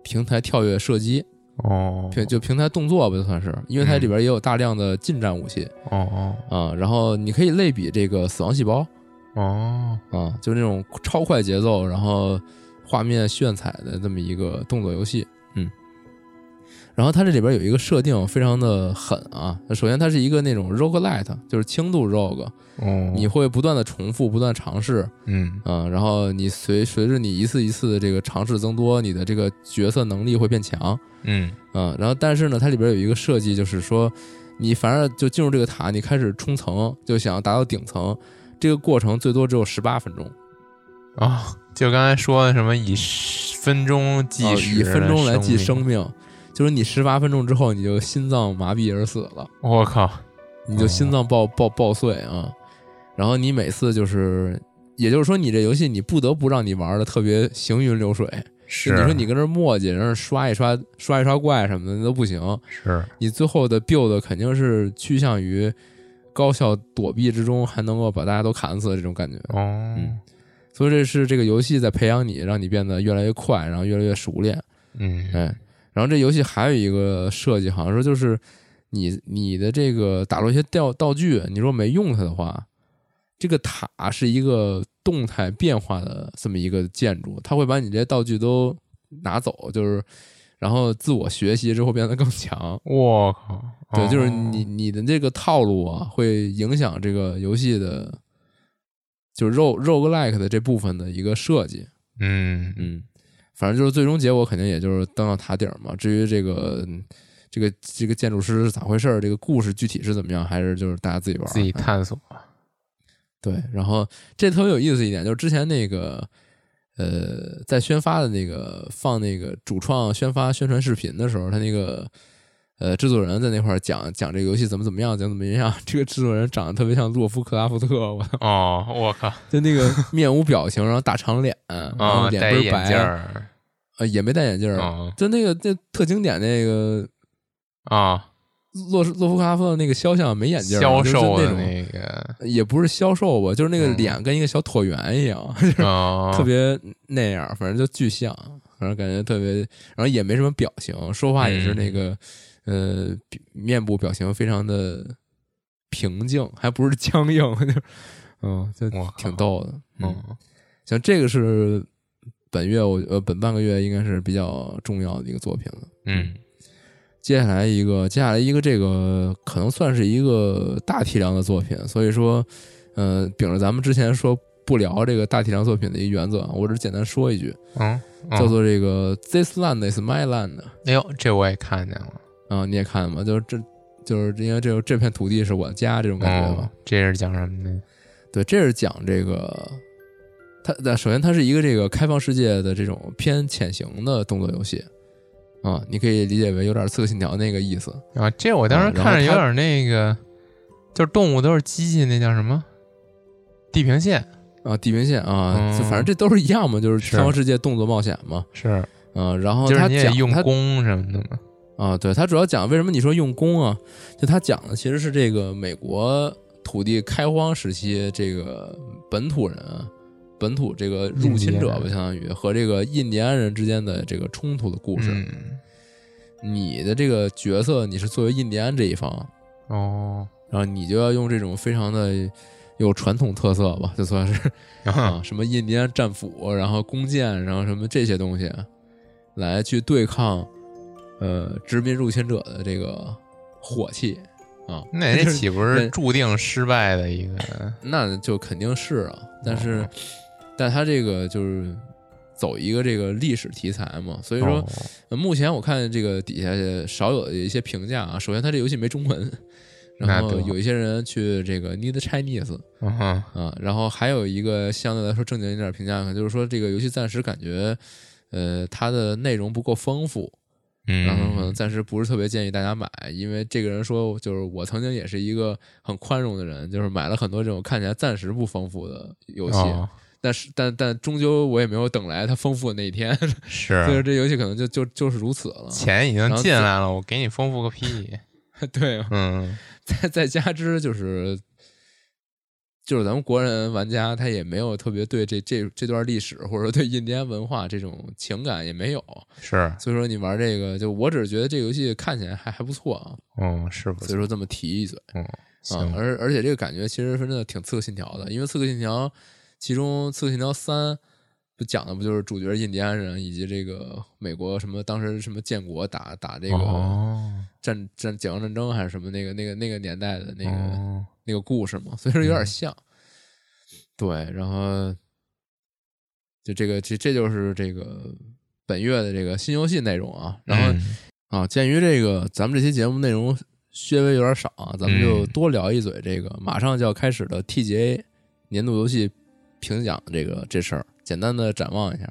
平台跳跃射击，
哦
平就平台动作吧，就算是，因为它
嗯
里边也有大量的近战武器
哦哦
啊、然后你可以类比这个《死亡细胞》
哦
啊、就是那种超快节奏，然后画面炫彩的这么一个动作游戏，嗯。然后它这里边有一个设定非常的狠啊，首先它是一个那种 roguelite，就是轻度 rogue，
哦，
你会不断的重复，不断地尝试，
嗯
嗯，然后你随随着你一次一次的这个尝试增多，你的这个角色能力会变强，
嗯
嗯，然后但是呢，它里边有一个设计，就是说你反正就进入这个塔，你开始冲层，就想要达到顶层，这个过程最多只有十八分钟，
哦，就刚才说的什么以时分钟计
啊
时、
以分钟来计生，命，就是你十八分钟之后你就心脏麻痹而死了，
我靠，
你就心脏爆爆爆碎啊，然后你每次就是，也就是说你这游戏你不得不让你玩的特别行云流水，
是
就你说你跟这儿磨叽，然后刷一刷刷一刷怪什么的那都不行，
是
你最后的 build 肯定是趋向于高效躲避之中，还能够把大家都砍死的这种感觉。
哦
嗯所以这是这个游戏在培养你，让你变得越来越快，然后越来越熟练。
嗯
哎，然后这游戏还有一个设计，好像说就是你你的这个打入一些道道具，你如果没用它的话，这个塔是一个动态变化的这么一个建筑，它会把你这些道具都拿走，就是然后自我学习之后变得更强。
我靠，
对，
哦
就是你你的这个套路啊，会影响这个游戏的，就是 rogue roguelike 的这部分的一个设计。
嗯
嗯，反正就是最终结果肯定也就是登到塔顶儿嘛。至于这个
嗯
这个这个建筑师是咋回事儿，这个故事具体是怎么样，还是就是大家自己玩儿。
自己探索，
对，然后这特别有意思一点，就是之前那个呃，在宣发的那个放那个主创宣发宣传视频的时候，他那个呃制作人在那块儿讲讲这个游戏怎么怎么样，怎么怎么样。 这个制作人长得特别像洛夫克拉夫特，我操
哦，我靠，
就那个面无表情，然后大长脸，然后
啊，
嗯脸
戴
倍
一
儿
眼镜
白，
儿，
呃也没戴眼镜儿，
嗯
就那个那特经典那个
啊，
洛洛夫克拉夫特那个肖像没眼镜儿，啊
消
就是
瘦
那
的
种。
啊 那个，
也不是消瘦吧，就是那个
嗯
脸跟一个小椭圆一样，
啊，
特别那样，反正就巨像，反正感觉特别，然后也没什么表情，说话也
嗯
是那个，呃，比面部表情非常的平静，还不是僵硬，就嗯，就
我靠
挺逗的。嗯，
嗯
像这个是本月我呃本半个月应该是比较重要的一个作品了。
嗯
接下来一个，接下来一个，这个可能算是一个大体量的作品，所以说，呃，秉着咱们之前说不聊这个大体量作品的一个原则啊，我只简单说一句，
嗯，嗯
叫做这个 “This land is my land” 啊、
哎呦，这我也看见了，
你也看了吗？就是这，就是因为这这片土地是我的家这种感觉吧。
哦，这是讲什么呢？
对，这是讲这个，它那首先它是一个这个开放世界的这种偏潜行的动作游戏啊、你可以理解为有点《刺客信条》那个意思。
啊，这我当时
嗯然后
看着有
它
点那个，就是动物都是机器，那叫什么？地平线
啊，地平线啊，
嗯
就反正这都是一样嘛，就是
是
开放世界动作冒险嘛，
是，
嗯，然后
就是
他
你也
讲
用
他
弓什么的嘛。
啊，对，他主要讲为什么你说用工啊，就他讲的其实是这个美国土地开荒时期这个本土人啊、本土这个入侵者吧
印，第安人
相当于和这个印第安人之间的这个冲突的故事。
嗯，
你的这个角色，你是作为印第安这一方，
哦，
然后你就要用这种非常的有传统特色吧，就算是 啊，什么印第安战斧，然后弓箭，然后什么这些东西，来去对抗呃殖民入侵者的这个火器啊。
那这岂不是
那
注定失败的一个？
那就肯定是啊，但是、
哦
但他这个就是走一个这个历史题材嘛，所以说、
哦
呃目前我看这个底下少有的一些评价啊，首先他这游戏没中文，
那
然后
得
有一些人去这个 need Chinese
嗯哼，
啊，然后还有一个相对来说正经一点的评价，可能就是说这个游戏暂时感觉。呃，它的内容不够丰富，
嗯，
然后可能暂时不是特别建议大家买，因为这个人说，就是我曾经也是一个很宽容的人，就是买了很多这种看起来暂时不丰富的游戏，
哦
但是但但终究我也没有等来它丰富的那一天， 所以说
是
这游戏可能就就就是如此了。
钱已
然
经
后
进
自
来了，我给你丰富个屁。
对，
嗯，
再再加之就是就是咱们国人玩家他也没有特别对这这这段历史或者说对印第安文化这种情感也没有，
是，
所以说你玩这个就我只是觉得这个游戏看起来还还不错啊，
嗯，是不
所以说这么提一嘴。
嗯，
啊，
行，
而而且这个感觉其实真的挺《刺客信条》的，因为《刺客信条》其中《刺客信条三》不讲的不就是主角是印第安人以及这个美国什么当时什么建国打打这个
哦，
战战解放战争还是什么那个那个那个年代的那个、
哦
那个故事嘛，所以说有点像。嗯对，然后就这个这这就是这个本月的这个新游戏内容啊，然后
嗯
啊，鉴于这个咱们这期节目内容稍微有点少啊，咱们就
嗯
多聊一嘴这个马上就要开始的 TGA 年度游戏评奖这个这事儿，简单的展望一下。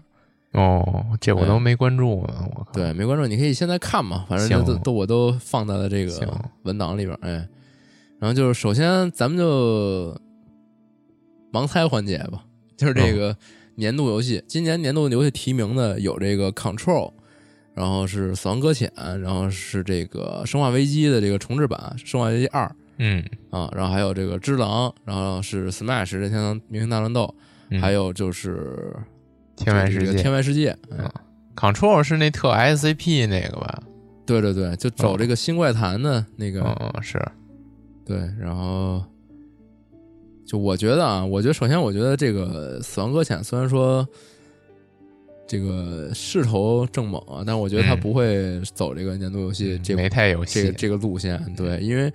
哦，这我
哎
都没关注呢，我靠，
对，没关注，你可以现在看嘛，反正
啊行
就都都我都放在了这
行
个文档里边儿，哎。然后就是首先咱们就盲猜环节吧，就是
嗯
这个年度游戏，今年年度游戏提名的有这个 Control，然后是《死亡搁浅》，然后是这个《生化危机》的这个重置版《生化危机二
嗯，》
啊，然后还有这个《只狼》，然后是 Smash 任天堂明星大乱斗，
嗯
还有就是
天外
就是这
世
个
界
天外世界，哎
嗯，Control 是那特 SCP 那个吧？
对对对，就走
哦
这个新怪谈的那个、
嗯，是，
对，然后就我觉得啊，我觉得首先我觉得这个《死亡搁浅》虽然说这个势头正猛啊，但我觉得它
嗯
不会走这个年度游戏这个、
没太有
这
戏嗯
个，这个路线，对，因为。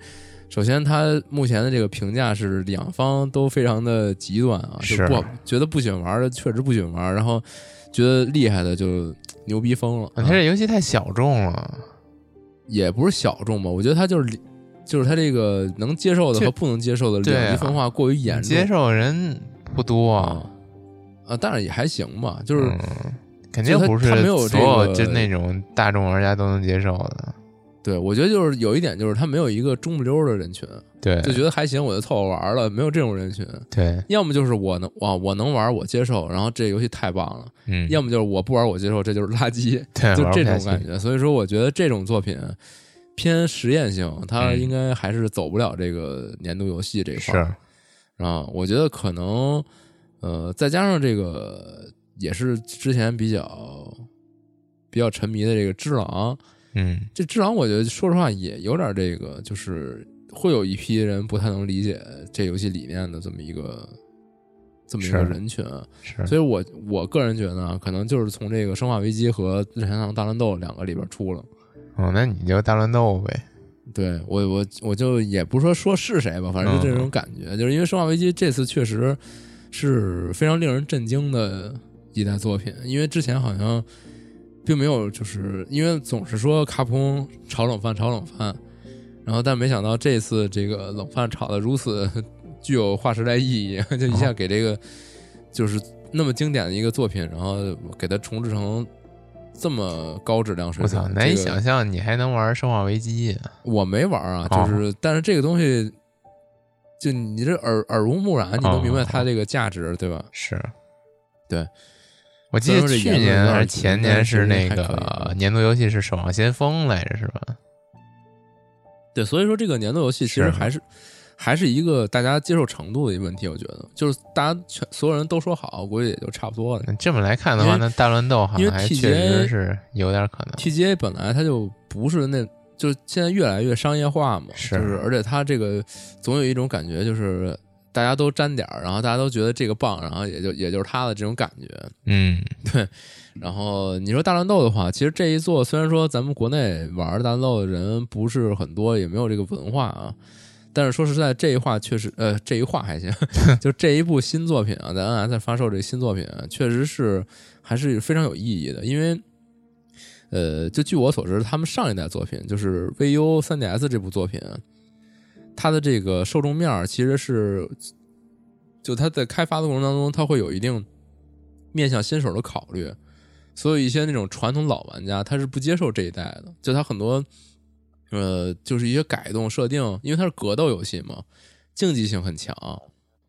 首先，它目前的这个评价是两方都非常的极端啊，就是不觉得不喜欢玩的确实不喜欢玩，然后觉得厉害的就牛逼疯了啊。
啊它这游戏太小众了，
也不是小众吧，我觉得他就是里，就是他这个能接受的
这
和不能接受的
对啊
两极分化过于严重。
接受人不多啊，
啊啊，但是也还行吧，就是、
嗯肯
就
定
它
不是
它没有这
所有
个
就那种大众玩家都能接受的，
对我觉得就是有一点就是他没有一个中不溜儿的人群，
对，
就觉得还行，我就凑合玩儿了，没有这种人群。
对，
要么就是我能哇，我能玩儿，我接受，然后这游戏太棒了；
嗯，
要么就是我不玩儿，我接受，这就是垃圾，
对
就
玩不
这
下
种
去
感觉。所以说，我觉得这种作品偏实验性，它
嗯
应该还是走不了这个年度游戏这一块儿。
是，
啊，我觉得可能，呃，再加上这个也是之前比较比较沉迷的这个《只狼》，
嗯，
这《只狼》我觉得说实话也有点这个，就是会有一批人不太能理解这游戏理念的这么一个这么一个
是
人群，啊
是，
所以我我个人觉得啊，可能就是从这个《生化危机》和《任天堂大乱斗》两个里边出了。
哦，那你就大乱斗呗，
对我我我就也不说说是谁吧，反正就这
嗯
种感觉，就是因为《生化危机》这次确实是非常令人震惊的一代作品，因为之前好像并没有，就是因为总是说卡普空炒冷饭炒冷饭，然后但没想到这次这个冷饭炒的如此 具有划时代意义， 就一
啊
下给这个就是那么经典的一个作品，然后给它重置成这么高质量水
我
平，
操，难以
嗯这个
想象你还能玩《生化危机》啊，
我没玩啊，
哦
就是、但是这个东西，就你这耳耳濡目染，你
哦
能明白它这个价值，对吧？
是，
对。
我记得
虽然说这
去
言论有点
年还
儿
是
极
前
端但
年
是其
是
实
那
还可以
个
嗯
年度游戏是《守望先锋》来着，是吧？
对，所以说这个年度游戏其实
是
还是还是一个大家接受程度的一个问题，我觉得就是大家全所有人都说好，估计也就差不多了。嗯
那这么来看的话，
因为
那大乱斗好
因
像
为
还
TGA
确实是有点可能。
TGA 本来它就不是那，就是现在越来越商业化嘛，
是
就是而且它这个总有一种感觉，就是大家都沾点儿，然后大家都觉得这个棒，然后也就也就是它的这种感觉。
嗯，
然后你说大乱斗的话，其实这一座虽然说咱们国内玩大乱斗的人不是很多，也没有这个文化啊，但是说实在，这一话确实，呃，这一话还行， 就这一部新作品啊，在 NS 发售这个新作品啊、确实是还是非常有意义的，因为。呃，就据我所知，他们上一代作品就是 VU 3DS 这部作品，啊它的这个受众面儿其实是，就它在开发的过程当中，它会有一定面向新手的考虑，所以一些那种传统老玩家他是不接受这一代的，就他很多呃，就是一些改动设定，因为它是格斗游戏嘛，竞技性很强，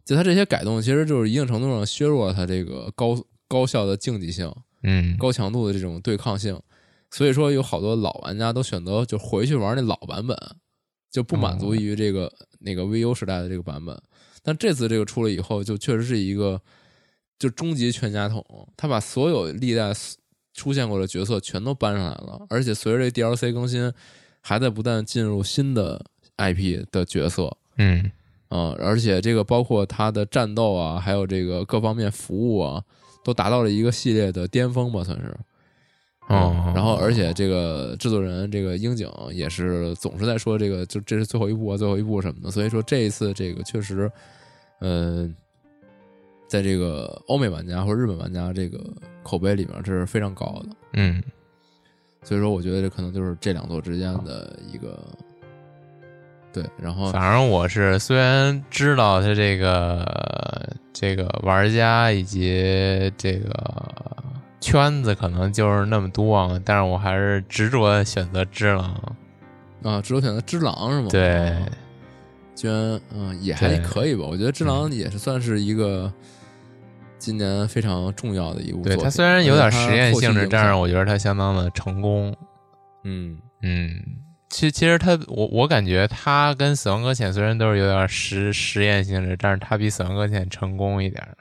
就它这些改动其实就是一定程度上削弱了它这个高高效的竞技性、
嗯，
高强度的这种对抗性，所以说有好多老玩家都选择就回去玩那老版本，就不满足于这个、那个 VU 时代的这个版本。但这次这个出了以后，就确实是一个就终极全家桶，他把所有历代 s- 出现过的角色全都搬上来了，而且随着这 DLC 更新，还在不断进入新的 IP 的角色。
嗯，
嗯，而且这个包括它的战斗啊，还有这个各方面服务啊，都达到了一个系列的巅峰吧，算是。
哦
嗯然后而且这个制作人这个樱井也是总是在说这个，就这是最后一步啊，最后一步什么的。所以说这一次这个确实，嗯，在这个欧美玩家或者日本玩家这个口碑里面，这是非常高的。
嗯，
所以说，我觉得这可能就是这两座之间的一个对。然后
反正我是虽然知道他这个这个玩家以及这个圈子可能就是那么多啊，但是我还是执着地选择只狼。
啊，只有选择只狼是吗？
对，
居然嗯也还
对嗯
可以吧，我觉得《只狼》也是算是一个今年非常重要的一部作
对
品。
他虽然有点实验性质，但是
我
我觉得他相当的成功。
嗯
嗯，其其实他我我感觉他跟《死亡搁浅》虽然都是有点实实验性质，但是他比《死亡搁浅》成功一点儿。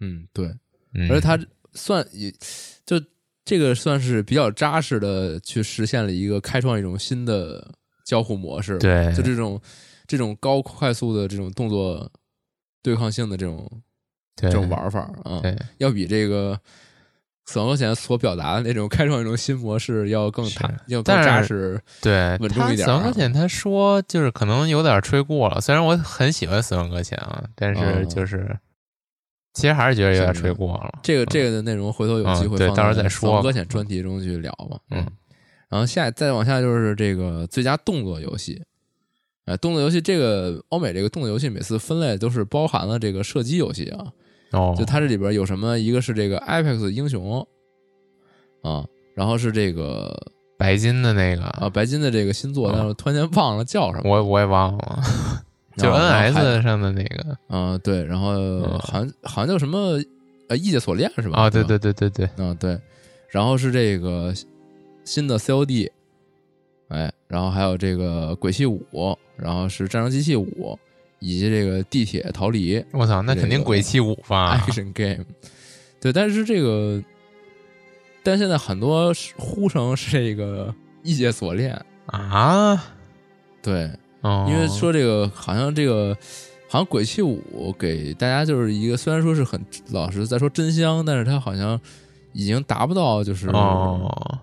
嗯对，
嗯，
而且他算也就这个算是比较扎实的去实现了一个开创一种新的交互模式，，
对，
就这种这种高快速的这种动作对抗性的这种
对
这种玩法啊，
对，
要比这个。死亡搁浅所表达的那种 开创一种新模式要更
是
踏要更
但是
扎实，
对，
稳
他
重一点
死亡
啊
搁浅，他说就是可能有点吹过了。虽然我很喜欢死亡搁浅啊，但是
嗯
就是、其实还是觉得有点
是
吹过了。
这个
嗯
这个的内容，回头有机
嗯
会
对
放
到时候
在
再
死
说
亡
吧
搁浅专题中去聊吧。
嗯，
然后下再往下就是这个最佳动作游戏。呃，动作游戏这个欧美这个动作游戏每次分类都是包含了这个射击游戏啊，
哦，
就它这里边有什么？一个是这个 Apex 英雄啊，然后是这个
白金的那个，
啊白金的这个新作，
哦
但是突然间忘了叫什么，
我我也忘了，就
然后然后还
NS 上的那个。
啊对，然后好像好像叫什么呃异界锁链是吧？
嗯哦，对
吧
对对对对，
嗯，对，然后是这个新的 COD，哎，然后还有这个鬼泣五，然后是战争机器五，以及这个地铁逃离、
我操，那肯
这
定
个
鬼泣五吧？
Action Game。对，但是这个，但现在很多是呼声是这个异界锁链，
啊，
对，
哦，
因为说这个好像这个。好像《鬼泣五》给大家就是一个，虽然说是很老实在说真香，但是它好像已经达不到就是
哦，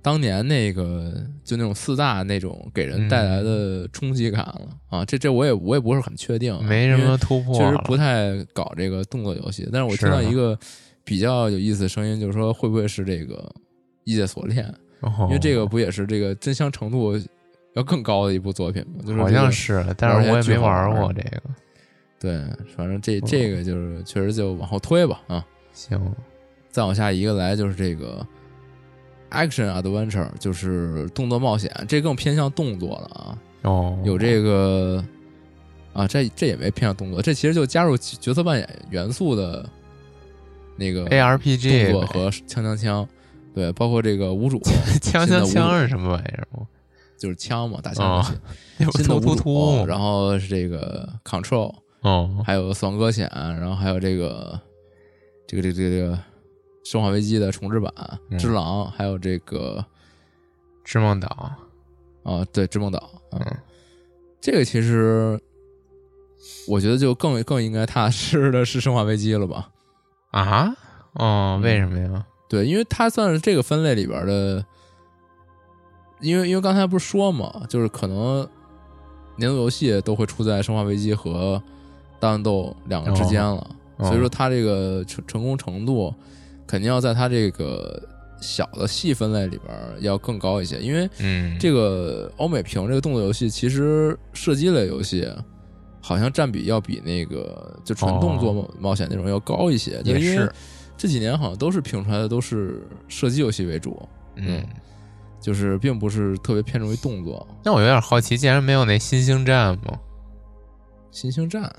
当年那个就那种四大那种给人带
嗯
来的冲击感了、啊，这这我也我也不是很确定啊，
没什么突
因为
破
确
了，
实不太搞这个动作游戏，但是我听到
是吗啊
一个比较有意思的声音，就是说会不会是这个《异界锁链》，
哦
因为这个不也是这个真香程度要更高的一部作品吗？就是这个、
哦好像是，但
玩
是
起
我
来
也
巨
没
好
玩
玩
过这个。
对，反正
哦
这这个就是确实就往后推吧啊，
行，
再往下一个来就是这个 action adventure，就是动作冒险，这更偏向动作了啊。
哦，
有这个啊，这这也没偏向动作，这其实就加入角角色扮演元素的那个
ARPG
动作
呗
和枪枪枪。对，对，包括这个无主，
枪
现在
枪
无
枪
主
是什么玩意儿吗？
就是枪嘛，打枪游戏，
那不
新的
哦突
无
突
主，
突
然后是这个 Control，
哦
还有《死亡搁浅》，然后还有这个这个这个这个这个《生化危机》的重置版《
嗯
只狼》，还有这个
织梦岛，
啊，对《织梦岛》啊，
嗯
这个其实我觉得就更更应该踏实的是《生化危机》了吧？
啊，哦，
嗯
为什么呀？
对，因为它算是这个分类里边的，因为因为刚才不是说嘛，就是可能年度游戏都会出在《生化危机》和《大乱斗》两个之间了，
哦
所以说它这个成成功程度肯定要在它这个小的细分类里边要更高一些，因为
嗯，
这个欧美屏这个动作游戏，其实射击类游戏好像占比要比那个就纯动作冒冒险那种要高一些，就
哦也
因为
是，
这几年好像都是评出来的都是射击游戏为主，
嗯。
就是并不是特别偏重于动作。
那我有点好奇，竟然没有那新星战吗？
新星战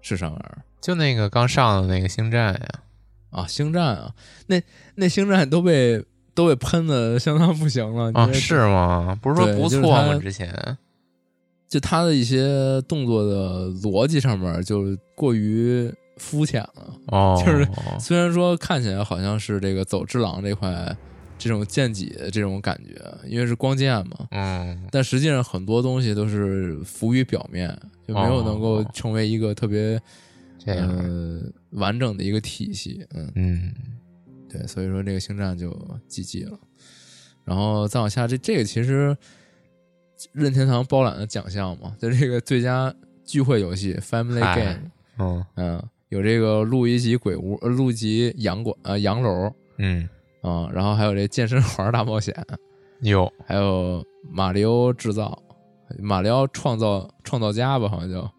是啥玩意儿
就那个刚上的那个星战呀？
啊？星战啊，那那星战都被都被喷的相当不行了
啊，
你这
是吗？不是说
对
不
就是
错
它
吗？之前
就他的一些动作的逻辑上面就过于肤浅了。
哦，
就是虽然说看起来好像是这个走之狼这块这种剑戟的这种感觉，因为是光剑嘛，
嗯，
但实际上很多东西都是浮于表面，就没有能够
哦
成为一个特别、
这样，
呃完整的一个体系。嗯，
嗯，
对，所以说这个星战就 GG 了。然后再往下，这这个其实任天堂包揽的奖项嘛，就这个最佳聚会游戏 Family
嗨
Game，
嗯
嗯，有这个路易吉鬼屋、呃路易吉洋馆、呃洋楼，
嗯，
啊、然后还有这健身环大冒险，
有
还有马里奥制造、马里奥创造创造家吧，好像叫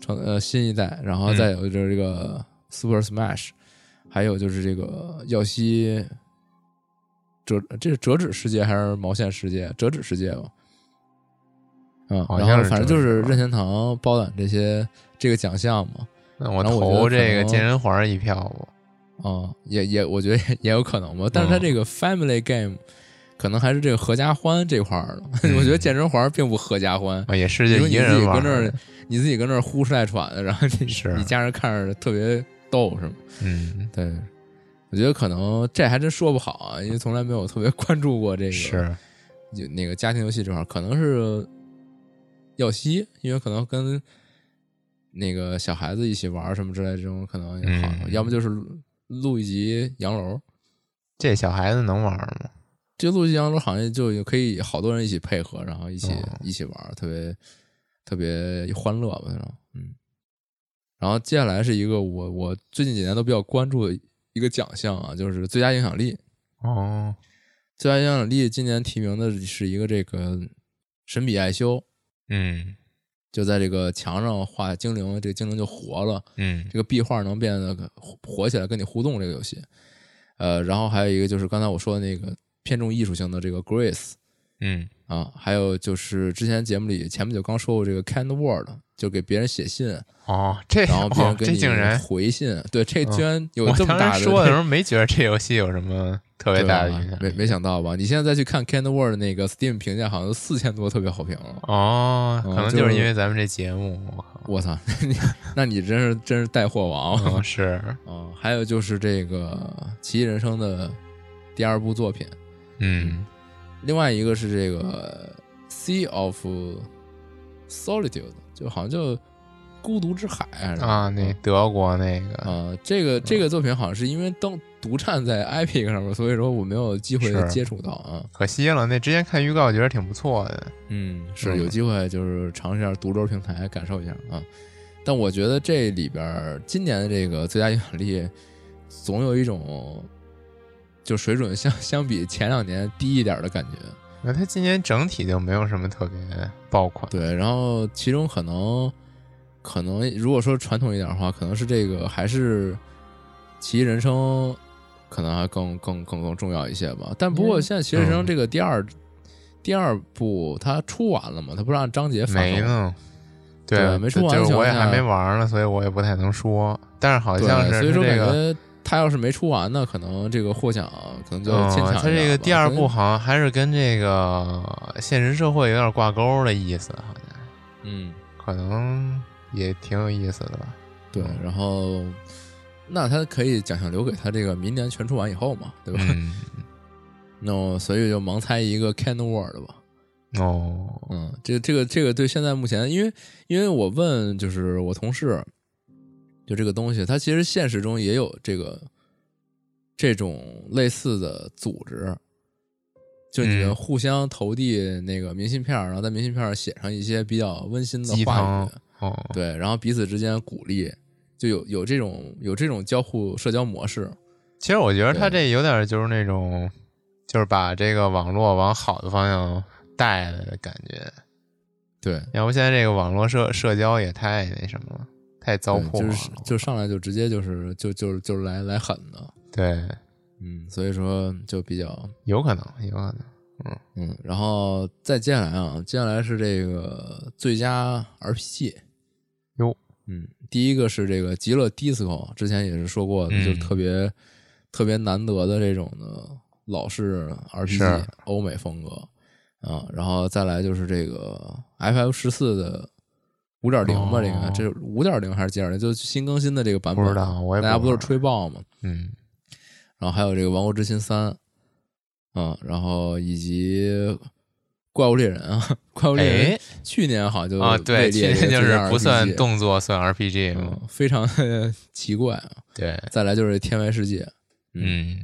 创呃新一代，然后
嗯
再有就是这个 Super Smash，、还有就是这个耀西折这是折纸世界还是毛线世界？折纸世界吧。嗯，
好像
然后
是
反正
折
就
纸
是
吧
任天堂包揽这些这个奖项嘛，
那我
然后我觉得
投
可
这个
能
健身环一票吧。
啊、也也，我觉得也也有可能吧。但是它
嗯
这个 family game 可能还是这个合家欢这块儿的。 我觉得健身环并不合家欢，
啊，也是
你
嗯就
说
一
你
个
自己
人玩
跟
儿
那儿
的，，
你自己跟那儿呼哧带喘的，然后你
是
你家人看着特别逗，是吗？
嗯，
对，我觉得可能这还真说不好啊，因为从来没有特别关注过这个
是，
有那个家庭游戏这块儿，可能是耀西，因为可能跟那个小孩子一起玩儿什么之类的这种可能也好，
嗯
要么就是录一集洋楼，
这小孩子能玩儿吗？
这录一集洋楼好像就可以好多人一起配合，然后一起、
哦
一起玩儿，特别特别欢乐吧那种，嗯。然后接下来是一个我我最近几年都比较关注的一个奖项啊，就是最佳影响力。
哦，
最佳影响力今年提名的是一个这个神笔爱修，
嗯
就在这个墙上画精灵，这个精灵就活了，
嗯
这个壁画能变得活活起来跟你互动这个游戏。呃，然后还有一个就是刚才我说的那个偏重艺术性的这个 Grace
嗯，
啊，还有就是之前节目里前不久刚说过这个 Kind Word，就给别人写信，
哦，这
然后别
哦
人，给
这
你
竟然，
回信，对，这
嗯
居然有
我
这么
当
大
时说的时
的。
候没觉得这游戏有什么特别
对
大的
吧
影响？
没没想到吧？你现在再去看 Kind Word 那个 Steam 评价，好像四千多，特别好评了。
哦，
嗯
可能就是
就
因为咱们这节目，我靠，
我操， 你那你真是真是带货王！
嗯是，
啊，还有就是这个《奇异人生》的第二部作品，
嗯
另外一个是这个《Sea of Solitude》，就好像叫《孤独之海》还是什么
啊，那德国那个嗯
啊，这个这个作品好像是因为登独占在 Epic 上面，所以说我没有机会
是
接触到啊。
可惜了，那之前看预告觉得挺不错的，
嗯，是
嗯
有机会就是尝试一下独州平台，感受一下啊。但我觉得这里边儿今年的这个最佳影响力，总有一种就水准相相比前两年低一点儿的感觉。
那它今年整体就没有什么特别爆款，
对，然后其中可能可能如果说传统一点的话，可能是这个还是《奇异人生》可能还更更更更重要一些吧。但不过
嗯
现在《奇异人生》
嗯
这个第二、第二部它出完了嘛，它不是按章节发售
没
吗
呢。
对没出完
就是
情
我也
况下
还没玩呢，所以我也不太能说。但是好
对，
像是
所以
它
说
这
感
个
觉他要是没出完呢，可能这个获奖可能就
嗯
牵强一点吧。
它这个第二部
可能，
好像还是跟这个现实社会有点挂钩的意思，好像
嗯，
可能也挺有意思的吧。
对，
嗯
然后那他可以奖项留给他这个明年全出完以后嘛，对吧？
嗯，
那我所以就盲猜一个 Ken Word 吧。
哦，
嗯，这这个这个对现在目前，因为因为我问就是我同事，就这个东西，它其实现实中也有这个这种类似的组织，就你们
嗯
互相投递那个明信片儿，然后在明信片儿写上一些比较温馨的
鸡
话
汤
语，
哦，
对，然后彼此之间鼓励，就有有这种有这种交互社交模式，
其实我觉得他这有点就是那种，就是把这个网络往好的方向带了的感觉。
对，
要不现在这个网络社社交也太那什么了，太糟
对
粕了。
就是就上来就直接就是就就就是来来狠的，
对，
嗯，所以说就比较
有可能，有可能。
嗯，然后再接下来啊，接下来是这个最佳 RPG。
哟，
嗯，第一个是这个《极乐 DISCO》，之前也是说过的，
嗯
就是特别特别难得的这种的老式 RPG
是
欧美风格啊、然后再来就是这个 FF 十四的五点零吧，
哦
这个这五点零还是几点零？就是新更新的这个版本，
不知道我也不
大家不都是
玩
吹爆吗？
嗯，
然后还有这个《王国之心三》，嗯，然后以及《怪物猎人》啊，《怪物猎人
哎》
去年好像就
啊，
位列
对，其
这
实
个
就
最
是
佳
不算
RPG
动作，算 RPG 嘛。
嗯，非常 奇怪啊。
对，
再来就是《天外世界》，
嗯，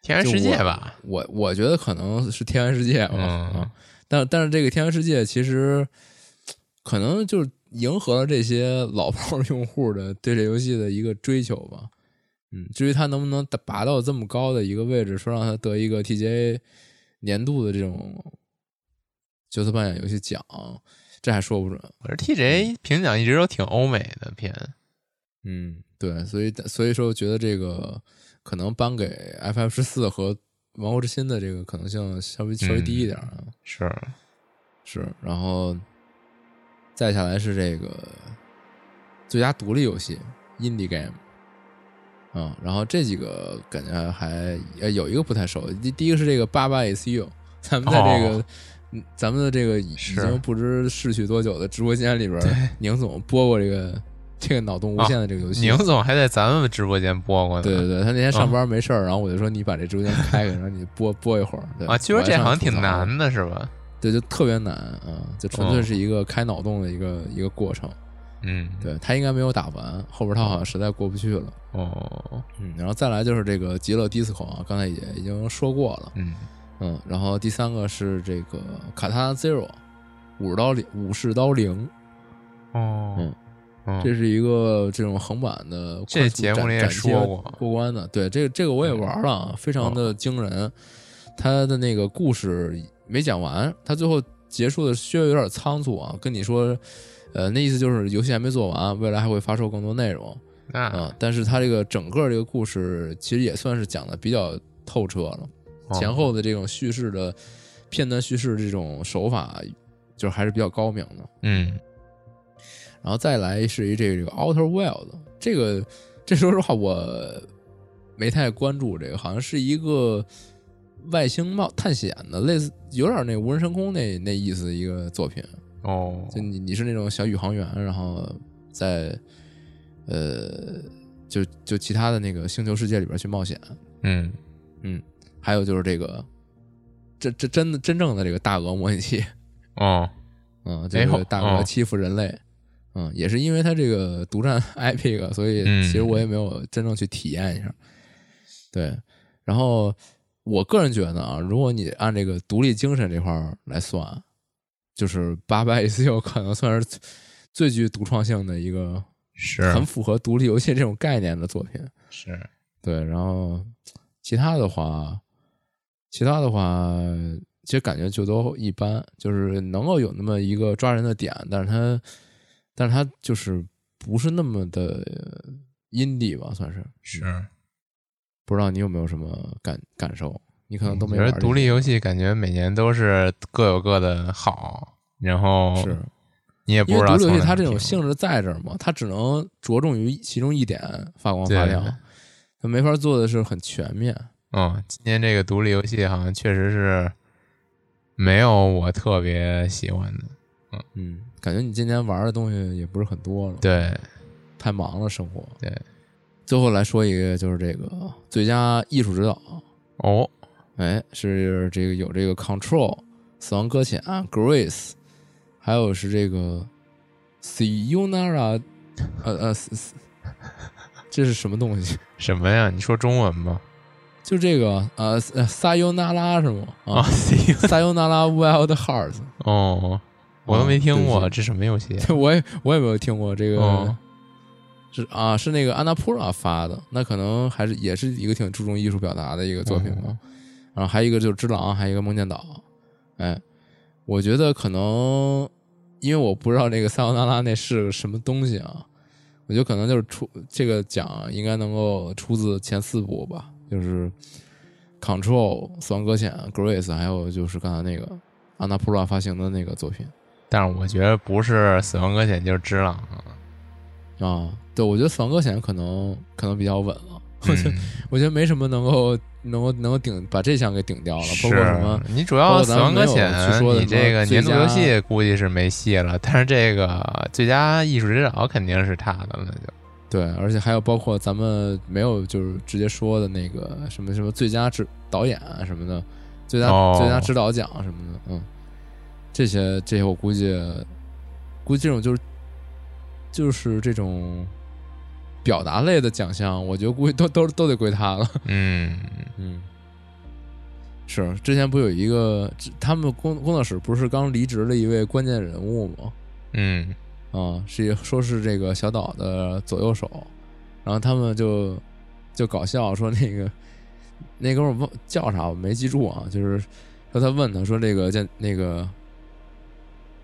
天然
就
世界
我
吧，
我我觉得可能是《天外世界》吧，
嗯
嗯，但但是这个《天外世界》其实可能就是迎合了这些老炮儿用户的对这游戏的一个追求吧。嗯，至于它能不能拔到这么高的一个位置，说让它得一个 TGA 年度的这种角色扮演游戏奖，这还说不准。
我这 TJ 评奖一直都挺欧美的片，
嗯，对，所以所以说，觉得这个可能颁给 FF 十四和《王国之心》的这个可能性稍微稍微低一点、啊。
嗯是
是，然后再下来是这个最佳独立游戏 （Indie Game）。嗯，然后这几个感觉还呃有一个不太熟，第第一个是这个《爸爸 Is You》，咱们在这个、
哦
嗯咱们的这个已已
是
经不知逝去多久的直播间里边儿，宁总播过这个这个脑洞无限的这个游戏。
哦宁总还在咱们直播间播过呢。
对对对，他那天
嗯
上班没事儿，然后我就说你把这直播间开开，然后你播播一会儿。对
啊，据说这好像挺，
我还上吐槽了
难的哦是吧？
对，就特别难啊、就纯粹是一个开脑洞的一个、一个过程。
嗯，
对他应该没有打完，后边他好像实在过不去了。
哦，
嗯，然后再来就是这个极乐 disco 啊，刚才也已经说过了。
嗯，
嗯，然后第三个是这个卡塔 zero，武士刀零，武士刀零，
哦
嗯，
嗯
这是一个这种横版的快速
这节目
斩
里也
斩
说
街
过嗯哦
过关的。对，这个这个我也玩了啊，非常的惊人。他的那个故事没讲完，他最后结束的稍微有点仓促啊，跟你说，呃，那意思就是游戏还没做完，未来还会发售更多内容啊、
那
但是他这个整个这个故事其实也算是讲的比较透彻了，
哦
前后的这种叙事的片段叙事这种手法，就是还是比较高明的。
嗯
然后再来是一这个 Outer Wild，这个这说实话我没太关注这个，好像是一个外星冒探险的，类似有点那无人深空那那意思的一个作品。
哦
就你你是那种小宇航员，然后在呃就就其他的那个星球世界里边去冒险。
嗯
还有就是这个这这真的真正的这个大鹅模拟器，
哦
嗯，
哎
这
好
个大鹅
哦
欺负人类，嗯，也是因为它这个独占 Epic，所以
嗯
其实我也没有真正去体验一下。对，然后我个人觉得啊，如果你按这个独立精神这块儿来算，就是八百 ACU 可能算是最最具独创性的一个，
是
很符合独立游戏这种概念的作品。
是
对，然后其他的话，其他的话，其实感觉就都一般，就是能够有那么一个抓人的点，但是它，但是它就是不是那么的 indie 吧，算是。嗯
是，
不知道你有没有什么感感受？你可能都
我
没
觉
玩
得
这
嗯独
些
立游戏感觉每年都是各有各的好，然后
是
你也不
因
知
为
道
独立游戏
从哪
它
儿
这种
评
性质在这儿嘛，它只能着重于其中一点发光发
对
亮，它没法做的是很全面。
嗯，今年这个独立游戏好像确实是没有我特别喜欢的。
嗯，感觉你今年玩的东西也不是很多了，
对，
太忙了生活。
对，
最后来说一个，就是这个最佳艺术指导，
哦，
哎，是这个有这个 Control、死亡搁浅、Grace，还有是这个 Sayonara，呃呃，是是这是什么东西？
什么呀？你说中文吧。
就这个呃，Sayonara 是吗？
啊
啊
，C
，Sayonara Wild Hearts，
哦，我都没听
啊对
过，
不
这什么游戏啊？
我也我也没有听过这个。
哦，
是啊，是那个安娜普拉发的，那可能还是也是一个挺注重艺术表达的一个作品吧。
哦
然后还有一个就是《只狼》，还有一个《梦见岛》。哎，我觉得可能因为我不知道那个塞翁纳拉那是个什么东西啊，我觉得可能就是出这个奖应该能够出自前四部吧，就是《Control》、《死亡搁浅》、《Grace》，还有就是刚才那个安娜普拉发行的那个作品。
但是我觉得不是《死亡搁浅》就是《只狼》啊。
啊，对，我觉得《死亡搁浅》可能可能比较稳了，我觉得
嗯
我觉得没什么能够能够能够顶把这项给顶掉了，包括什么
是你主
包
要
括
《
咱
死
们
亡搁
没有
浅
去说》，的
你
什么
这个
最
年度
佳
游戏估计是没戏了，但是这个最佳艺术指导肯定是他的了， 就
对，而且还有包括咱们没有就是直接说的那个什么什么最佳指导演啊什么的，最佳、
哦
最佳指导奖什么的，嗯，这些这些我估计估计这种就是就是这种表达类的奖项，我觉得估计都都都得归他了。
嗯
嗯，是之前不有一个之他们工工作室不是刚离职了一位关键人物吗？
嗯
啊，是一说是这个小岛的左右手，然后他们就就搞笑说那个那哥们儿忘叫啥我没记住啊，就是说他问他说这个监那个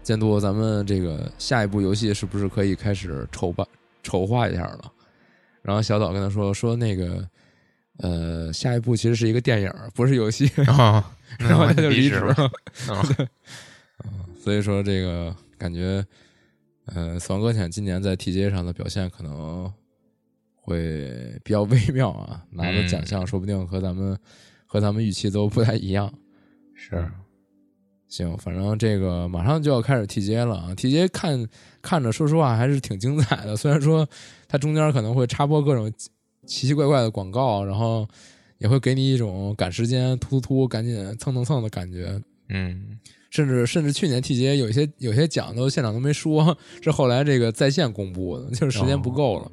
监督，咱们这个下一步游戏是不是可以开始筹办筹划一下了？然后小岛跟他说说那个呃下一步其实是一个电影儿，不是游戏，
哦，
然
那
后
我
他就
离
职
吧。
了。
嗯
所以说这个感觉，呃，死亡搁浅今年在 TJ 上的表现可能会比较微妙啊，拿的奖项说不定和咱们、和咱们预期都不太一样。
是，
行，反正这个马上就要开始 TJ 了啊，TJ 看看着，说实话还是挺精彩的， 虽然说它中间可能会插播各种奇奇怪怪的广告，然后也会给你一种赶时间、突突突、赶紧蹭蹭蹭的感觉，
嗯
甚至甚至去年 TGA 有一些有些奖都现场都没说，是后来这个在线公布的，就是时间不够了。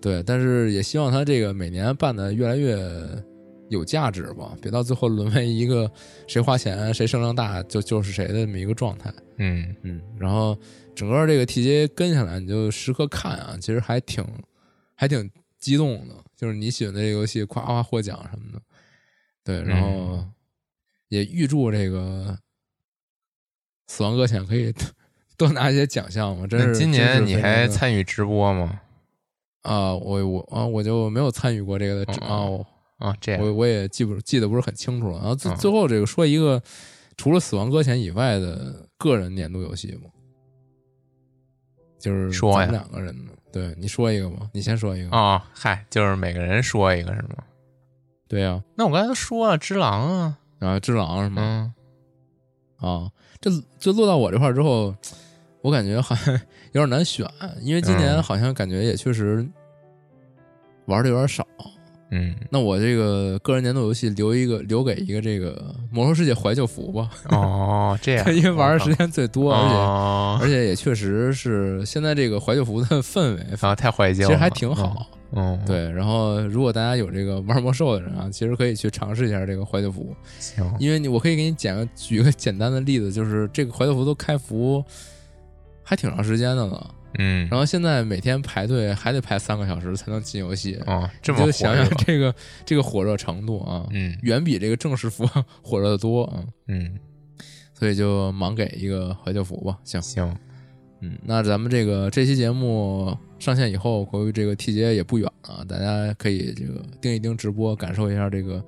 对，但是也希望他这个每年办的越来越有价值吧，别到最后沦为一个谁花钱谁声量大就就是谁的这么一个状态。
嗯
嗯，然后整个这个 TGA 跟下来，你就时刻看啊，其实还挺还挺激动的，就是你喜欢的这个游戏夸夸获奖什么的，对，然后也预祝这个《死亡搁浅》可以多多拿一些奖项嘛，真
那
是。
今
真是
年你
非常
还
的
参与直播吗？
啊？我我啊，我就没有参与过这个的
哦
啊，我
啊，这样
我我也记不记得不是很清楚了。然后最
嗯
最后这个说一个除了《死亡搁浅》以外的个人年度游戏吗？就是
说
咱
呀
们两个人的，对你说一个吧，你先说一个。
哦，嗨，就是每个人说一个是吗？
对呀、
那我刚才都说了，《只狼》啊，
然后《只狼》是吗？
嗯，
啊，这就落到我这块儿之后，我感觉好像 有点难选，因为今年
嗯
好像感觉也确实玩的有点少。
嗯，
那我这个个人年度游戏留一个留给一个这个《魔兽世界怀旧服》吧，
哦，这样，
因为玩的时
间
间最多，而且
哦，
而且也确实是现在这个怀旧服的氛围，
然后太怀旧
其
了，
实还挺好。
嗯，嗯，
对，然后如果大家有这个玩魔兽的人啊，其实可以去尝试一下这个怀旧服，
行，
因为你我可以给你讲个举个简单的例子，就是这个怀旧服都开服还挺长时间的呢，
嗯，
然后现在每天排队还得排三个小时才能进游戏，
哦，这
你
么火
就想想
热
这个这个火热程度啊，
嗯
远比这个正式服 火热的多啊，
嗯，
所以就盲给一个怀旧服吧，行。
行，
嗯，那咱们这个这期节目上线以后，估计这个 TGA 也不远了，大家可以这个盯一盯直播，感受一下这个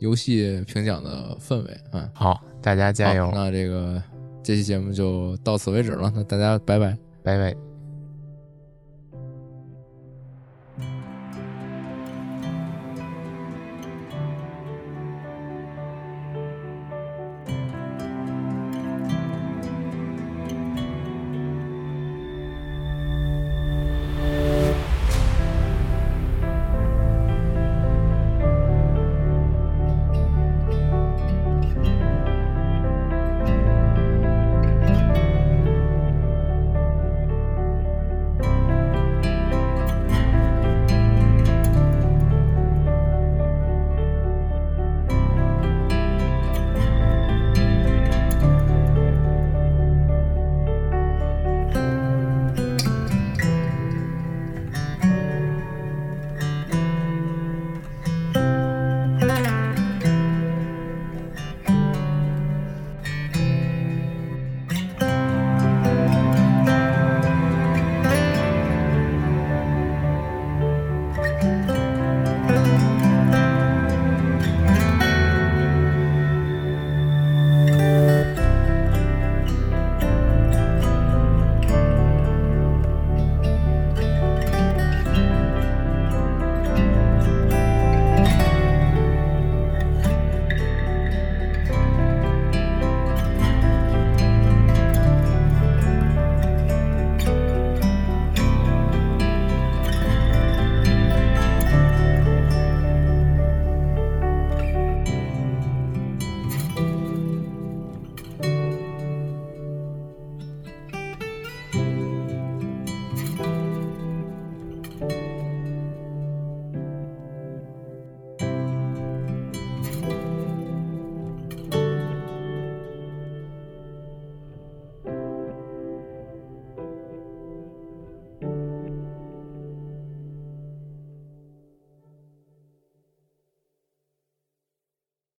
游戏评奖的氛围啊。
好，大家加
好
油，
那这个这期节目就到此为止了，那大家拜拜。
拜拜。